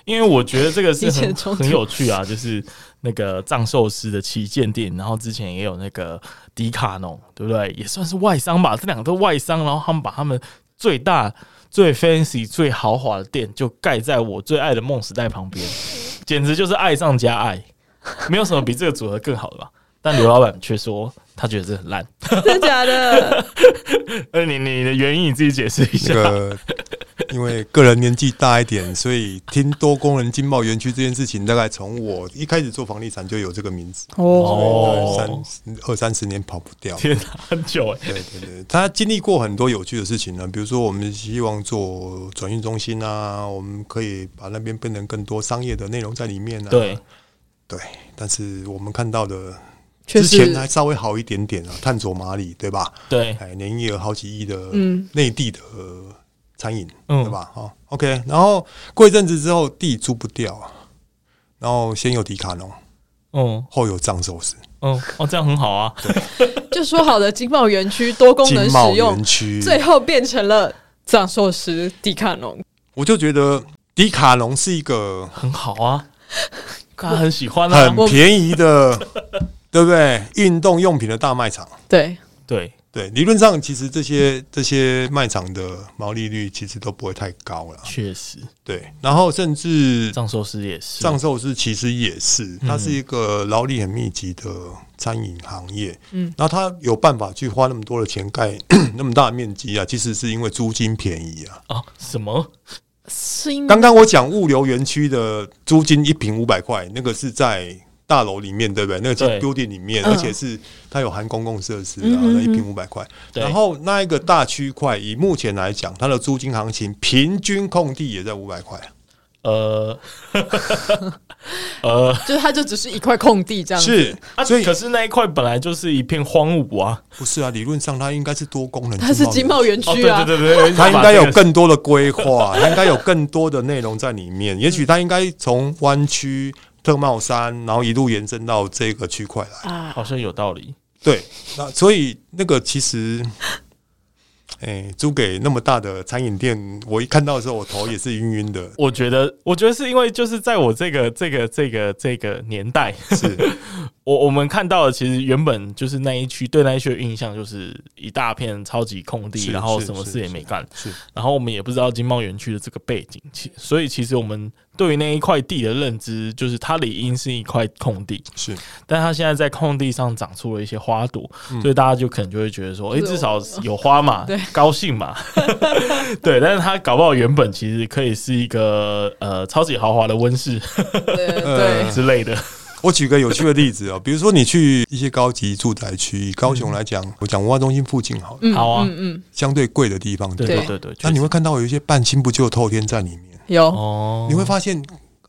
A: 因为我觉得这个是
B: 意见
A: 很
B: 的冲突
A: 很有趣啊，就是那个藏寿司的旗舰店，然后之前也有那个迪卡侬，对不对？也算是外商吧，这两个都外商，然后他们把他们最大、最 fancy、最豪华的店就盖在我最爱的梦时代旁边，简直就是爱上加爱，没有什么比这个组合更好的吧？但刘老板却说他觉得这很烂。
B: 真的假的？
A: 呃，你你的原因你自己解释一下
C: 那。个 *laughs* 因为个人年纪大一点，所以听多功能经贸园区这件事情，大概从我一开始做房地产就有这个名字，
A: 哦
C: 三二三十年跑不掉。
A: 天哪，很久哎、
C: 对对对，他经历过很多有趣的事情呢，比如说我们希望做转运中心啊，我们可以把那边变成更多商业的内容在里面啊。
A: 对，
C: 对，但是我们看到的
B: 确
C: 之前还
B: 实，
C: 稍微好一点点啊，探索马里对吧？
A: 对，
C: 哎，年营业额好几亿的
B: *laughs* 嗯
C: 内地的餐饮，
A: 嗯
C: 对吧？哦，OK，然后过一阵子之后，地租不掉啊，然后先有迪卡侬，
A: 嗯
C: 后有藏寿司，
A: 嗯，哦，这样很好啊。
B: 就说好的经贸园区多功能
C: 经贸
B: 使用
C: 园，区，
B: 最后变成了藏寿司迪卡侬。
C: 我就觉得迪卡侬是一个
A: 很好啊，大家很喜欢啊
C: 很。便宜的， *laughs* 对不对？运动用品的大卖场。
B: 对，
A: 对，
C: 对，理论上其实这些这些卖场的毛利率其实都不会太高了，
A: 确实，
C: 对。然后甚至
A: 藏寿司也是。
C: 藏寿司其实也是，
B: 嗯
C: 它是一个劳力很密集的餐饮行业，
B: 嗯
C: 嗯，然后它有办法去花那么多的
B: *coughs*
C: 钱盖那么大的面积啊，其实是因为租金便宜啊。
A: 啊，什么？
B: 是因
C: 刚刚我讲物流园区的租金一平五百块，那个是在大楼里面，对不对？那个是
A: 对
C: building 里面，
B: 嗯
C: 而且是它有含公共设施
B: 嗯
C: 啊，
B: 哼
C: 那一平五百块。
A: 对
C: 然后那一个大区块，以目前来讲，它的租金行情平均空地也在五百块。
A: 呃， *laughs* 呃，
B: 就是它就只是一块空地这样子。
C: 是，
A: 啊
C: 所以
A: 可是那一块本来就是一片荒芜啊，
C: 不是啊？理论上它应该是多功能，
B: 它是
C: 经
B: 经
C: 贸
B: 贸
C: 园，
B: 园
A: 哦，
B: 区
A: 对
B: 啊，
A: 对对对， *laughs*
C: 它应该有
A: 把这个
C: 更多的规划，它应该有更多的内容在里面。也许它应该从湾区、特茂山，然后一路延伸到这个区块来。
B: 啊，
A: 好像有道理，。
C: 对，那所以那个其实， *laughs* 哎、租给那么大的餐饮店，我一看到的时候，我头也是晕晕的
A: 我觉得，我觉得是因为就是在我这个这个这个这个年代，
C: 是，
A: *laughs* 我我们看到的其实原本就是那一区对那一区的印象就是一大片超级空地，
C: 是
A: 然后
C: 是
A: 什么
C: 是
A: 事也没干，
C: 是
A: 然后我们也不知道经贸园区的这个背景，其所以其实我们对于那一块地的认知就是它理应是一块空地，
C: 是，
A: 但它现在在空地上长出了一些花朵，
C: 嗯
A: 所以大家就可能就会觉得说，诶，
B: 是
A: 至少有花嘛，高兴嘛，对。但是它搞不好原本其实可以是一个呃超级豪华的温室
B: 对嗯对
C: 呃，
A: 之类的，
C: 我举个有趣的例子啊、比如说你去一些高级住宅区，以高雄来讲，我讲文化中心附近好了，
B: 嗯
A: 好啊
B: 嗯嗯，
C: 相对贵的地方，
A: 对
B: 对
A: 对对对。
C: 那你
A: 确实
C: 会看到有一些半新不旧的透天在里面，
B: 有
A: 哦
C: 你会发现。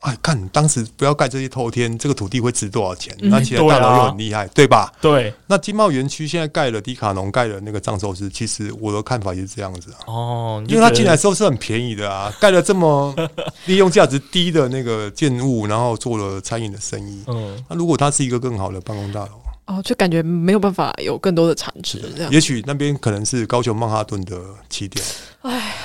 C: 哎，看当时不要盖这些透天，这个土地会值多少钱？
B: 嗯
C: 那其他大楼又很厉害，对吧？
A: 对
C: 那经贸园区现在盖了迪卡侬，盖了那个藏寿司，其实我的看法也是这样子啊。
A: 哦，你就
C: 因为它
A: 觉
C: 进
A: 得
C: 来的时候是很便宜的啊，盖了这么 *laughs* 利用价值低的那个建物，然后做了餐饮的生意。
A: 嗯，
C: 那如果它是一个更好的办公大楼，
B: 哦，就感觉没有办法有更多的产值这样。
C: 也许那边可能是高雄曼哈顿的起点，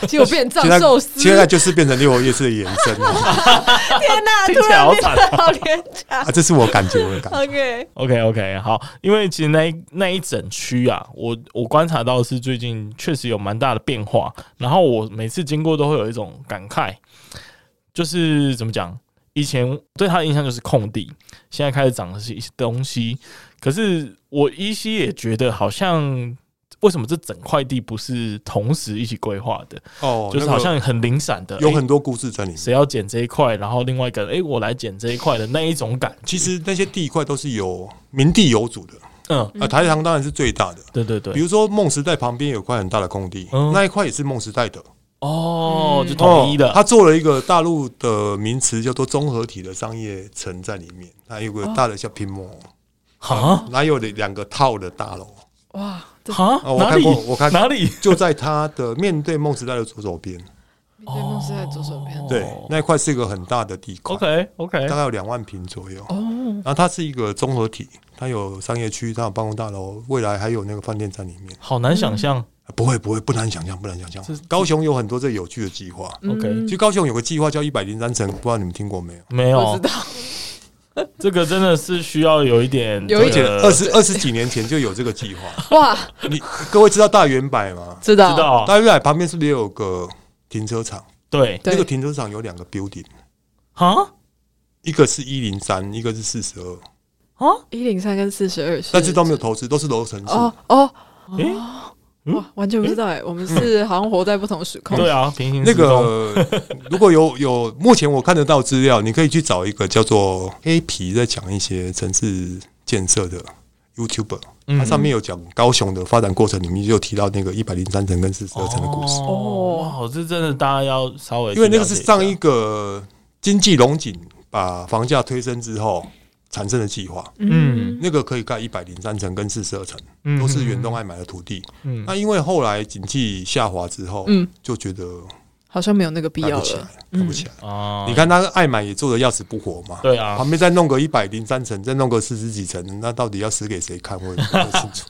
B: 结果变藏
C: 现在
B: 寿司，
C: 现在就是变成六合夜市的延伸
B: *laughs*
C: 了
B: 天哪，
A: 听起
B: 突
A: 来
B: 然
A: 好
B: 变得好廉价
C: 啊，。这是我感觉我的感觉。
B: OK，
A: OK OK，好，因为其实那一那一整区啊，我我观察到的是最近确实有蛮大的变化，然后我每次经过都会有一种感慨，就是怎么讲，以前对它的印象就是空地，现在开始长的是一些东西，可是我依稀也觉得好像。为什么这整块地不是同时一起规划的？
C: 哦，
A: 就是
C: 那个
A: 好像很零散的，
C: 有
A: 诶
C: 很多故事在里面。
A: 谁要剪这一块，然后另外一个人，哎、我来剪这一块的那一种感觉。
C: 其实那些地块都是有民地有主的，
A: 嗯，
C: 啊，台糖当然是最大的。
A: 对对对
C: 比，如说梦时代旁边有块很大的空地，
A: 嗯
C: 那一块也是梦时代的，
A: 哦，就统一的
C: 哦。他做了一个大陆的名词叫做综合体的商业城在里面，它有个大的叫拼摩，
A: 哦哈
C: 哪有两个套的大楼？
B: 哇，这
A: 哈
C: 哦，我
A: 哪
C: 看
A: 里
C: 过，我看
A: 哪里？
C: 就在它的面对梦时代的左手边，
A: 哦
B: 面对梦是在左手边。哦
C: 对，那一块是一个很大的地块
A: OK 哦
C: 大
A: OK，
C: 概有两万平左右。
B: 嗯
C: 然后它是一个综合体，它有商业区，它有办公大楼，未来还有那个饭店在里面。
A: 好难想象。
C: 不会，不会，不难想象，不难想象
A: 这。
C: 高雄有很多这有趣的计划。
B: 嗯
A: OK，
C: 其实高雄有个计划叫一百零三层，不知道你们听过没有？
A: 没
B: 不
A: 有
B: 嗯知道，
A: 这个真的是需要有一点
B: 有一
C: 而且
A: 这个
C: 二十二十几年前就有这个计划。
B: 哇，
C: 你各位知道大圆柏吗？
B: 知
A: 知
B: 道，
A: 道
C: 大圆柏旁边是不是也有个停车场？
A: 对
C: 那
B: 对
C: 个停车场有两个 building，
A: 哈
C: 一个是一零三，一个是四十二，
A: 哈
B: 一零三跟四十二
C: 但是都没有投资，都是楼层数。
B: 哦哦，
A: 诶
B: 哇，完全不知道哎，我们是好像活在不同时空。
A: 对啊，平行
C: 那
A: 时空
C: 个 *laughs* 如果有有，目前我看得到资料，你可以去找一个叫做黑皮在讲一些城市建设的 YouTuber，
A: 嗯
C: 他上面有讲高雄的发展过程，里面就有提到那个一百零三层跟四十二层的故事，
A: 哦，哇，这真的大家要稍微
C: 因为那个
A: 去
C: 是
A: 了解
C: 上一
A: 下
C: 个经济龙井把房价推升之后产生的计划。
A: 嗯
C: 那个可以盖一百零三层跟四十二层，
A: 嗯
C: 都是远东爱买的土地。
A: 嗯
C: 那因为后来景气下滑之后，
B: 嗯
C: 就觉得
B: 好像没有那个必
C: 盖
B: 要
C: 不起来
B: 了。，
C: 盖不起
B: 嗯
C: 来。
A: 啊
C: 你看他爱买也做的要死不活嘛，
A: 对啊
C: 旁边再弄个一百零三层，再弄个四十几层，那到底要死给谁看？我也不太清
A: *laughs*
C: 楚。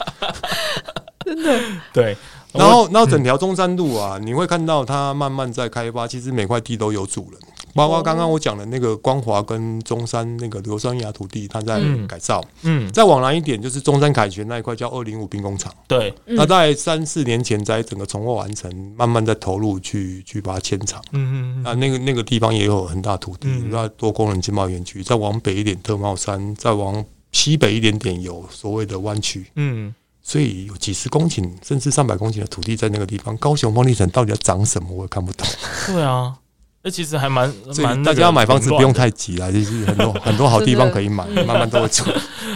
A: 对，
C: 然后，然后整条中山路啊，你会看到它慢慢在开发，其实每块地都有主人。包括刚刚我讲的那个光华跟中山那个硫酸亚土地，它在
A: 嗯
C: 改造。
A: 嗯
C: 再往南一点，就是中山凯旋那一块叫二零五兵工厂。
A: 对，
C: 那在三四年前，在整个重获完成，慢慢在投入去去把它迁厂。
A: 嗯嗯
C: 啊，那个那个地方也有很大土地，
A: 嗯
C: 那、多功能经贸园区。再往北一点，特茂山；再往西北一点点，有所谓的湾区。
A: 嗯，
C: 所以有几十公顷，甚至上百公顷的土地在那个地方。高雄风力城到底要长什么，我也看不懂。
A: 对啊，那其实还蛮
C: 所
A: 蛮
C: 以
A: 那
C: 大
A: 个
C: 家要买房子
A: 凌
C: 不用
A: 乱的 *laughs*
C: 太急啦，就是很多很多好地方可以买，慢慢都会出。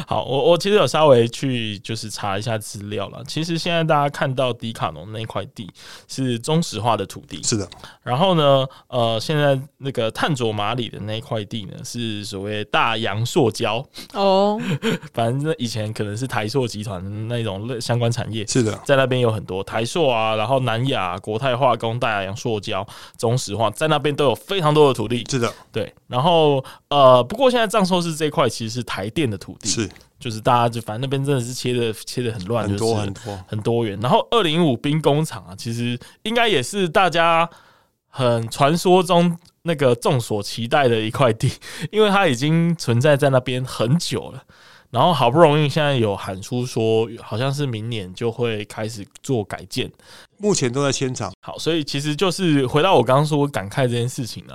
A: 好，我我其实有稍微去就是查一下资料了。其实现在大家看到迪卡侬那块地是中石化的土地，
C: 是的，
A: 然后呢，呃，现在那个碳卓马里的那块地呢是所谓大洋塑胶，
B: 哦，
A: 反正以前可能是台塑集团那种类相关产业，
C: 是的，
A: 在那边有很多台塑啊，然后南亚、国泰化工、大洋塑胶、中石化，在那边都有非常多的土地。
C: 是的，
A: 对，然后呃，不过现在藏寿司这块其实是台电的土地，
C: 是
A: 就是大家就反正那边真的是切的切的很乱，
C: 很多
A: 就是
C: 很多，
A: 很多元。然后二零五兵工厂啊，其实应该也是大家很传说中那个众所期待的一块地， *laughs* 因为它已经存在在那边很久了。然后好不容易现在有喊出说，好像是明年就会开始做改建。
C: 目前都在现场，
A: 好，所以其实就是回到我刚刚说感慨这件事情啊。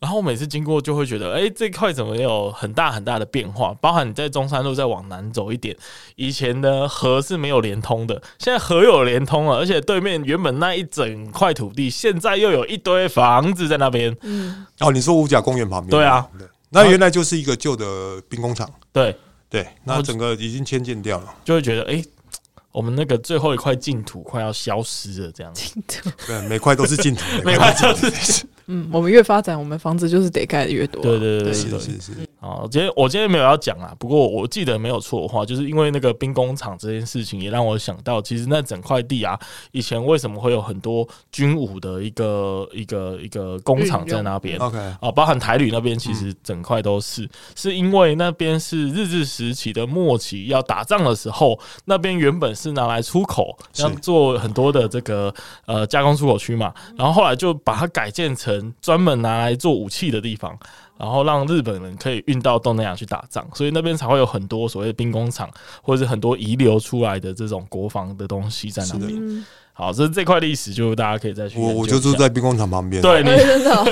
A: 然后我每次经过就会觉得，哎、这块怎么有很大很大的变化？包含你在中山路再往南走一点，以前的河是没有连通的，现在河有连通了，而且对面原本那一整块土地，现在又有一堆房子在那边。
B: 嗯，
C: 哦，你说五甲公园旁边？
A: 对啊，
C: 对，那原来就是一个旧的兵工厂，
A: 对，
C: 对，
A: 后
C: 那整个已经迁建掉了，
A: 就会觉得，哎、我们那个最后一块净土快要消失了，这样子。
C: 对，每块都是净土，
A: *laughs* 每块都是
C: 净土，
B: 嗯，我们越发展，我们房子就是得盖的越多。
A: 对对对对嗯
C: 是
A: 对。
C: 是是，
A: 好，哦今天我今天没有要讲啊，不过我记得没有错的话，就是因为那个兵工厂这件事情，也让我想到，其实那整块地啊，以前为什么会有很多军武的一个一个一个工厂在那边？
C: OK，
A: 啊，包含台旅那边
C: 嗯
A: 其实整块都是，是因为那边是日治时期的末期要打仗的时候，那边原本是拿来出口，
C: 是
A: 要
C: 嗯
A: 做很多的这个呃加工出口区嘛，然后后来就把它改建成专门拿来做武器的地方。然后让日本人可以运到东南亚去打仗，所以那边才会有很多所谓的兵工厂，或者是很多遗留出来的这种国防的东西在那
C: 是的
A: 边。
B: 嗯，
A: 好，这这块历史就大家可以再去
C: 我我
A: 研究
C: 就
A: 一
C: 住
A: 下
C: 在兵工厂旁边， *laughs*
A: 对你
B: 哎真 *laughs* 的哦，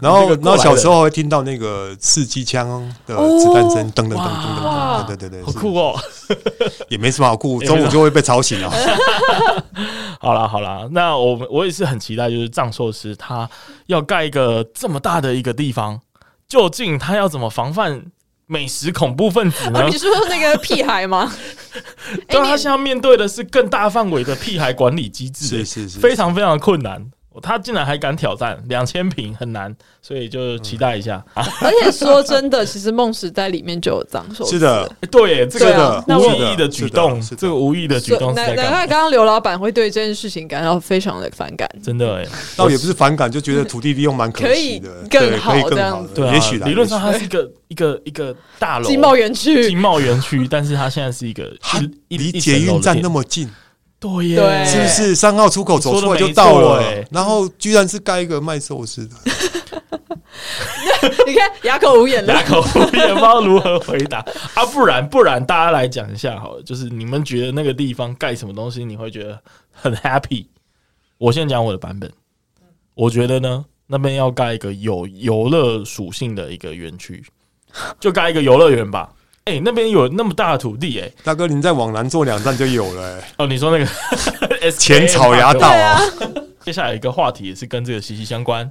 C: 然后
A: 你这个
C: 然
A: 过来
C: 后
A: 人
C: 小时候还听到那个刺机枪的子弹声，噔噔噔噔噔
A: 哇
C: 噔，对对对，
A: 好
C: 是
A: 酷哦！
C: 也没什么好酷，
A: 也没什么
C: 中午就会被吵醒
A: *laughs*
C: 啊了。
A: 好啦好啦，那我们我也是很期待，就是藏寿司它要盖一个这么大的一个地方，究竟它要怎么防范美食恐怖分子
B: 啊
A: 呢
B: 你？说那个屁孩吗？
A: 对啊，
B: 哎
A: 它现在面对的是更大范围的屁孩管理机制，欸
C: 是是是，
A: 非常非常困难。哦他竟然还敢挑战两千平很难，所以就期待一下。
B: 而且说真的，其实梦时代里面就有藏寿司
C: *laughs* 是的，
A: 诶哎对耶，这
B: 对
A: 个
B: 啊
A: 无
C: 是
A: 意
C: 的
A: 义的举
C: 是的
A: 动，
C: 是的
A: 这个无意义的举
B: 所以
A: 动是在
B: 难
A: 干
B: 难
A: 嘛
B: 怪？刚刚刘老板会对这件事情感到非常的反感。
A: 真的哎，
C: 倒也不是反感，
A: *laughs*
C: 就觉得土地利用蛮惜的，
B: 可以
C: 对
B: 更好
C: 可以更
B: 这
C: 好
B: 样
C: 的，
A: 对啊，
C: 也许啦
A: 理论上
C: 也许
A: 它是一个一个一个大楼，
B: 经贸园
A: *laughs*
B: 区
A: 经贸园区，但是它现在是一个
C: 它
A: 一
C: 离捷运站那
A: 么
C: 么近，
A: 对耶，
B: 对
C: 是不是三号出口走出来就到
A: 哎说得
C: 了
A: 没错欸？
C: 然后居然是盖一个卖寿司的，
B: 你看哑口无言了
A: 哑。口无言，不知道如何回答啊！不然不然，大家来讲一下好了，就是你们觉得那个地方盖什么东西，你会觉得很 happy？我先讲我的版本，我觉得呢，那边要盖一个有游乐属性的一个园区，就盖一个游乐园吧。哎、那边有那么大的土地、哎，
C: 大哥，你再往南坐两站就有了欸，
A: 哦，你说那个 *laughs* SKM
C: 前草芽
A: *laughs*
C: 道啊，
A: 接下来有一个话题也是跟这个息息相关，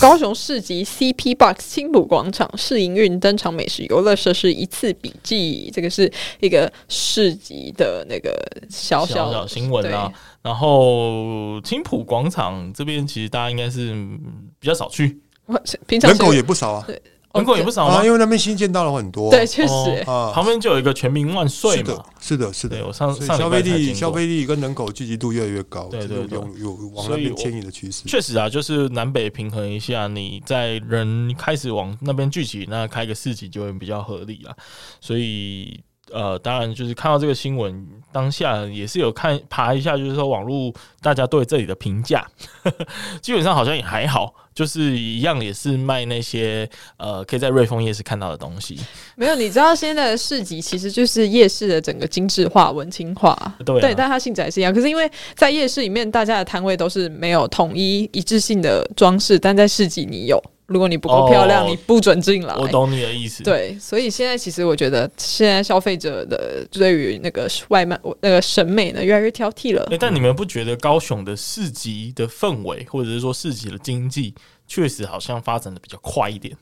B: 高雄市集 CP Box 青浦广场试营运登场美食游乐设施一次笔记，这个是一个市集的那个小
A: 小
B: 的
A: 小新闻啊。然后青浦广场这边其实大家应该是嗯比较少去，
B: 对，我平常
C: 人口
B: 是
C: 也不少啊，
B: 哦
A: 人口也不少吗？
C: 啊，因为那边新建到了很多，
B: 对，确实、
A: 哦
C: 啊，
A: 旁边就有一个全民万岁
C: 是
A: 嘛
C: 的，，是的，是
A: 对
C: 的。
A: 我上
C: 所以
A: 上
C: 消费
A: 礼拜才经
C: 力、
A: 过
C: 消费力跟人口聚集度越来越高，
A: 对
C: 这
A: 对
C: 个
A: 对
C: 有有往
A: 所
C: 那
A: 以
C: 边
A: 我
C: 迁移的趋势。
A: 确实啊，就是南北平衡一下，你在人开始往那边聚集，那开个市集就会比较合理啊。所以呃，当然就是看到这个新闻，当下也是有看爬一下，就是说网络大家对这里的评价， *laughs* 基本上好像也还好，就是一样也是卖那些呃可以在瑞丰夜市看到的东西。
B: 没有。你知道现在的市集其实就是夜市的整个精致化、文青化，
A: 对啊
B: 但它性质还是一样。可是因为在夜市里面，大家的摊位都是没有统一一致性的装饰，但在市集你有。如果你不够漂亮，
A: 哦
B: 你不准进来。
A: 我懂你的意思，
B: 对，所以现在其实我觉得，现在消费者的对于那个外卖那个审美呢，越来越挑剔了
A: 哎、。但你们不觉得高雄的市集的氛围，或者是说市集的经济，确实好像发展的比较快一点。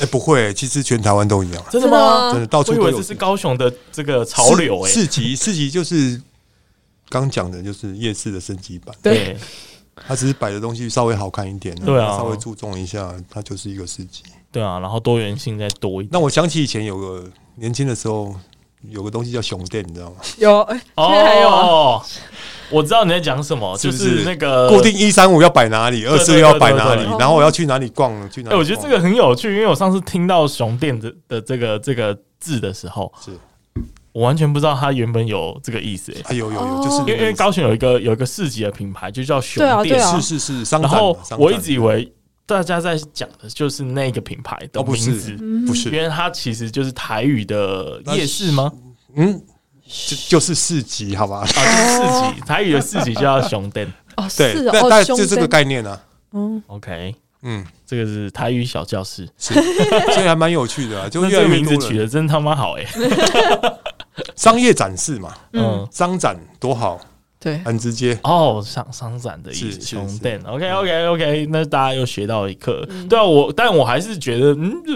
C: 哎、不会、其实全台湾都一样，
A: 真
B: 的吗
C: 真的到
A: 啊我
C: 处
A: 以
C: 都
A: 为
C: 有
A: 这是高雄的这个潮流哎、
C: 市市集市集就是刚讲的，就是夜市的升级版，
B: 对，
A: 对，
C: 它只是摆的东西稍微好看一点，
A: 对啊
C: 稍微注重一下，它就是一个市集。
A: 对啊，然后多元性再多一点。
C: 那我想起以前有个年轻的时候，有个东西叫熊店，你知道吗？
B: 有，哎现在还有啊
A: 哦，我知道你在讲什么，
C: 是
A: 就
C: 不是
A: 是那个
C: 固定。一三五要摆哪里，二
A: 呃对对
C: 四六要摆哪里
A: 对对，
B: 对
C: 然后我要去哪里逛，去
A: 哎、
C: 哪里逛。
A: 我觉得这个很有趣，因为我上次听到“熊店”的的这个这个字的时候，
C: 是，
A: 我完全不知道它原本有这个意思、哎
C: 哎有有
B: 哦
C: 有，就是
A: 因
C: 那个
A: 为因为高雄有一个有一个市集的品牌就叫熊
B: 对啊
A: 店，
B: 对啊
C: 是是是商
A: 然
C: 展
A: 后
C: 嘛，商
A: 我一
C: 展
A: 直以为大家在讲的就是那个品牌的
C: 哦不
A: 名
C: 是
A: 字，
B: 嗯
C: 不是，
A: 因为它其实就是台语的
C: 那
A: 夜市吗？
C: 嗯，就就是市集，好吧？
A: 啊，就是市集，台语的市集就叫熊店。
B: 哦，
C: 对，
B: 是哦
C: 那
B: 哦，
C: 大概
B: 胸
C: 就这个
B: 针，
C: 概念啊。
B: 嗯，
A: OK，
C: 嗯，
A: 这个是台语小教室，
B: *laughs*
C: 是，所以还蛮有趣的啊，就
A: 那
C: 越
A: 这个
C: 来越
A: 名字
C: 多
A: 取
C: 人
A: 的真他妈好哎、
C: 商业展示嘛，
A: 嗯。
C: 商展多好，
B: 对，
C: 很直接。
A: 哦，商商展的意思，
C: 是是
A: 熊
C: 是嗯
A: 店。OK OK OK，那大家又学到一课。对啊，我但我还是觉得，嗯，这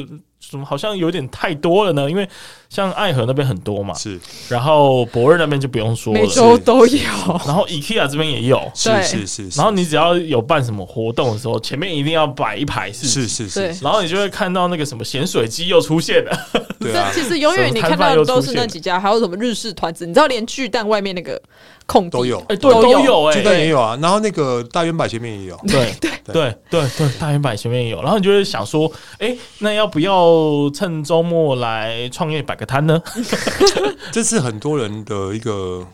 A: 怎么好像有点太多了呢？因为像爱河那边很多嘛，
C: 是
A: 然后博瑞那边就不用说了
B: 每，周都有，
A: 然后 IKEA 这边也有。
C: 是
B: 对
C: 是是，是
A: 然后你只要有办什么活动的时候，前面一定要摆一排市
C: 是
A: 集，
C: 是
B: 对
C: 是，是
A: 然后你就会看到那个什么咸水鸡又出现了。
C: 对啊
B: 这，其实永远你看到的都是那几家，还有什么日式团子，你知道连巨蛋外面那个空地
C: 都有
A: 哎，对，
B: 都
A: 都
B: 有
A: 有哎，
C: 巨蛋也有啊，然后那个大圆柏前面也
B: *laughs*
C: 有，
A: 对对对对对，大圆柏前面也有，然后你就会想说，哎、那要不要趁周末来创业摆个摊呢？ *laughs*
C: 这是很多人的一个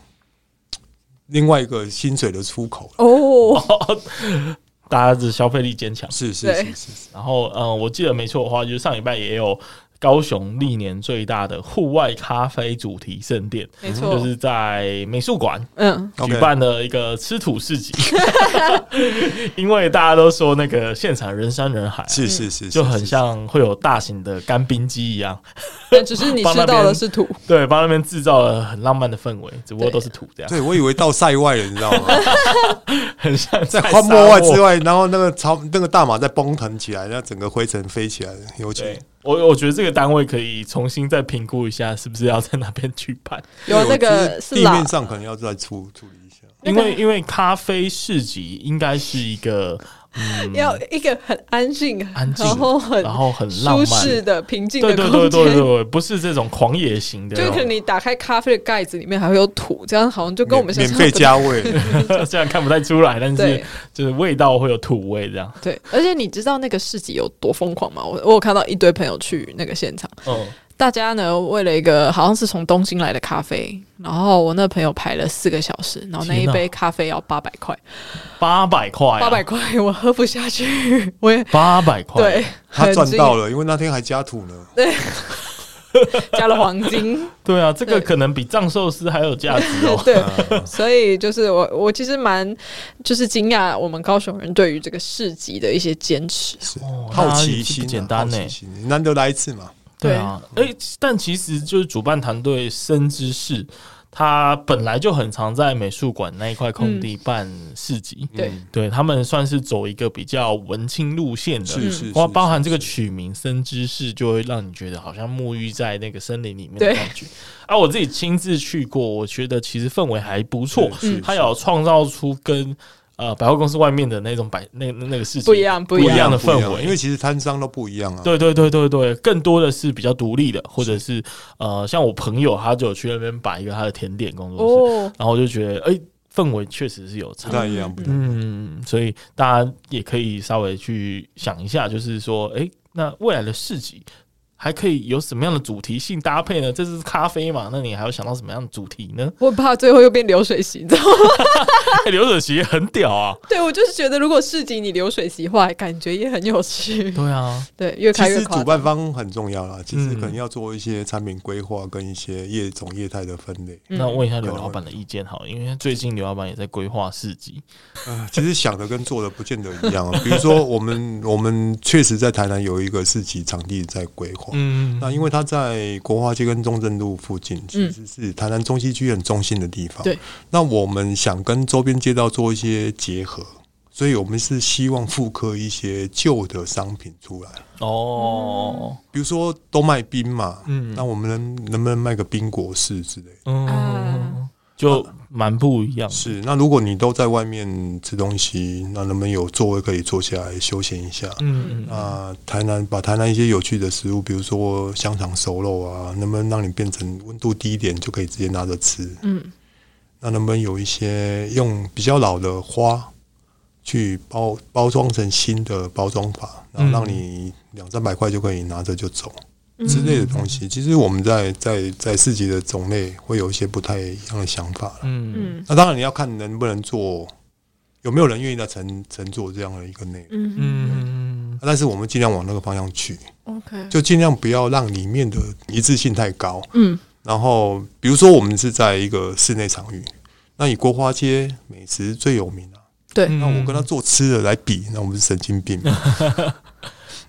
C: 另外一个薪水的出口了。
B: 哦，
A: 大家的消费力坚强。
C: 是是
B: 对
C: 是是是，
A: 然后，嗯、我记得没错的话，就是上礼拜也有高雄历年最大的户外咖啡主题盛殿，
B: 没
A: 就
B: 错，
A: 是在美术馆
B: 嗯，
C: OK
A: 举办了一个吃土市集，因为大家都说那个现场人山人海啊、
C: 是是是，
A: 就很
C: 是。
A: 像会有大型的干冰机一样，
B: 但只是你吃到的是土，
A: *laughs* 对，帮那边制造了很浪漫的氛围，只不
B: 啊
A: 过都是土 *laughs* 这样。
C: 对，我以为到塞外了，你知
A: *laughs*
C: 道吗？
A: 很像
C: 在
A: 沙
C: 荒漠外之
A: 漠。
C: 外，然后那个草，那个大马在奔腾起来，那整个灰尘飞起来，有趣。
A: 对，我我觉得这个单位可以重新再评估一下，是不是要在那边举办？
B: 有那
C: 就
B: 个
C: 是
B: 是
C: 地
B: 啦
C: 面，上可能要再处处理一下。
A: 因
B: 那个
A: 为因为咖啡市集应该是一个嗯，
B: 要一个很安静、
A: 安静
B: 然后很
A: 然后很浪
B: 舒
A: 漫，
B: 适
A: 对
B: 的、平静的
A: 对对
B: 空
A: 对
B: 间，
A: 对对，不是这种狂野型的
B: 就
A: 那
B: 可能
A: 种，
B: 你打开咖啡的盖子里面还会有土，这样好像就跟我们想
C: 免
B: 象
C: 免费
B: 的
C: 加味，
A: 哦 *laughs* 虽然看不太出来，但是
B: 对
A: 就是味道会有土味这样。
B: 对，而且你知道那个市集有多疯狂吗？我我有看到一堆朋友去那个现场。
A: 嗯，
B: 大家呢为了一个好像是从东京来的咖啡，然后我那朋友排了四个小时，然后那一
A: 天哪
B: 杯咖啡要八百块，
A: 八百块啊，
B: 八百块我喝不下去，我也
A: 八百块，
B: 对，，
C: 他
B: 很
C: 赚
B: 惊
C: 到了，因为那天还加土呢。
B: *laughs* 加了黄金，
A: 对啊，这个
B: 对。
A: 可能比藏寿司还有价值哦
B: 对，所以就是我我其实蛮就是惊讶我们高雄人对于这个市集的一些坚持，
C: 是
A: 哦
C: 好奇
A: 那也是
C: 心
A: 不
C: 啊，
A: 简单
C: 好奇
A: 欸
C: 心难得来一次嘛。
A: 对啊，诶，但其实就是主办团队深知是，他本来就很常在美术馆那一块空地办市集，
C: 嗯
B: 对
A: 对他们算是走一个比较文青路线的，
C: 是是，
A: 包
C: 是
A: 包含这个曲名“深知是”，就会让你觉得好像沐浴在那个森林里面的
B: 对
A: 感觉。啊，我自己亲自去过，我觉得其实氛围还不错，
C: 是是
A: 它有创造出跟呃百货公司外面的那种百那那那个事情
B: 不一样不一
A: 一
B: 样
A: 样的
C: 不一
A: 氛
C: 样
A: 围，
C: 因为其实摊商都不一样啊。
A: 对对对对对，更多的是比较独立的，或者是呃，像我朋友他就有去那边摆一个他的甜点工作室，
B: 哦，
A: 然后我就觉得哎、氛围确实是有
C: 不
A: 差。
C: 太一样，不太一样
A: 嗯，所以大家也可以稍微去想一下，就是说，哎、那未来的市集还可以有什么样的主题性搭配呢？这是咖啡嘛，那你还要想到什么样的主题 *laughs* 呢？
B: 我很怕最后又变流水席，你知道吗？ *laughs*
A: 哎流水席也很屌啊！
B: 对我就是觉得如果市集你流水席化，感觉也很有趣，
A: 对啊，
B: *laughs* 对，越
C: 其
B: 开越
C: 实
B: 夸
C: 主
B: 张。
C: 办方很重要啦，其实
A: 嗯
C: 可能要做一些产品规划跟一些业种业态的分类。
B: 嗯
A: 那问一下刘老板的意见好了，因为最近刘老板也在规划市集，
C: 呃， *laughs* 其实想的跟做的不见得一样啊。比如说，我们我们确实在台南有一个市集场地在规划，
A: 嗯
C: 那因为它在国华街跟中正路附近，其实是台南中西区很中心的地方。
B: 对，
C: 那我们想跟周边街道做一些结合，所以我们是希望复刻一些旧的商品出来，
A: 哦，
C: 比如说都卖冰嘛，
A: 嗯
C: 那我们能能不能卖个冰果室之
A: 哦
C: 类的？
A: 嗯，就蛮不一样的。
C: 是，那如果你都在外面吃东西，那能不能有座位可以坐下来休闲一下？
A: 嗯嗯
C: 那台南把台南一些有趣的食物，比如说香肠熟肉啊，能不能让你变成温度低一点就可以直接拿着吃？
B: 嗯，
C: 那能不能有一些用比较老的花去包包装成新的包装法，然后让你两三百块就可以拿着就走之类的东西？其实我们在在在市集的种类会有一些不太一样的想法啦
A: 嗯
B: 嗯
C: 那当然你要看能不能做，有没有人愿意来乘乘坐这样的一个内容。啊
B: 嗯
A: 嗯
C: 但是我们尽量往那个方向去，
B: ，OK，
C: 嗯就尽量不要让里面的一致性太高。
B: 嗯
C: 然后，比如说我们是在一个室内场域，那以国花街美食最有名啊，
B: 对，
A: 哎嗯
C: 那我跟他做吃的来比，那我们是神经
A: *laughs*
C: 病嘛？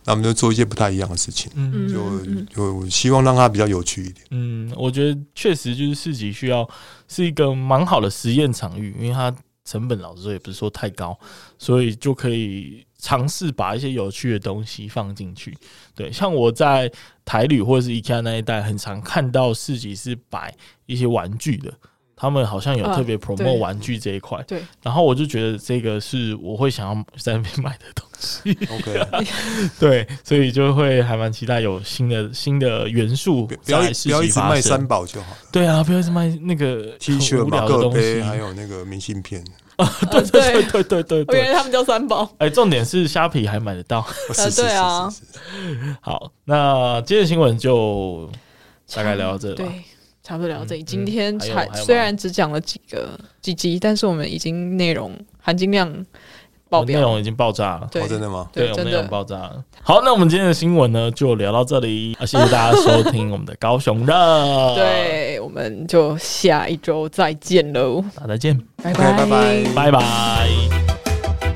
C: 那我们就做一些不太一样的事情，
A: 嗯
C: 就
B: 嗯
C: 就希望让它比较有趣一
A: *laughs*
C: 点。
A: 嗯，我觉得确实就是市集需要是一个蛮好的实验场域，因为它成本老实说也不是说太高，所以就可以尝试把一些有趣的东西放进去。对，像我在台旅或者是 IKEA 那一带，很常看到市集是摆一些玩具的。他们好像有
B: 啊
A: 特别
B: 对
A: promote 玩具这一块，
B: 对，
A: 然后我就觉得这个是我会想要在那边
C: *laughs*
A: 买的东西，
C: OK，
A: 对，所以就会还蛮期待有新的新的元素
C: 不要
A: 在
C: 一
A: 市
C: 不要一
A: 集
C: 直
A: 发
C: 卖
A: 生。
C: 三宝就好了
A: 对啊，不要一直卖那个
C: ，T
A: *laughs*
C: 恤、
A: 很无
C: 马
A: 聊的
C: 克
A: 东西
C: 杯，还有那个明信片，
B: 对
A: *laughs* 对
B: 对，
A: 对对对
B: 我哦原
A: 对。
B: 来他们叫三宝，
A: 哎，重点是虾皮还买得到。 *laughs*
C: 哦是是
B: 对啊
C: 是是是
A: 好，那今天的新闻就大概聊到这吧哦
B: 对。差不多聊到这里。
A: 嗯
B: 今天
A: 嗯还有
B: 才
A: 还有吗
B: 虽然只讲了几个几集，但是我们已经内容含金量爆
A: 哦内
B: 表。
A: 容已经爆炸了。
B: 对
C: 哦，真的吗？
A: 对，
B: 对，
A: 我们内
B: 真
A: 容
B: 的
A: 爆炸了。好，那我们今天的新闻呢，就聊到这里。啊，谢谢大家收听我们的高雄热，，
B: *laughs* 对，我们就下一周再见喽，
A: 大家再见，
B: 拜
C: OK，拜拜。
A: 拜拜。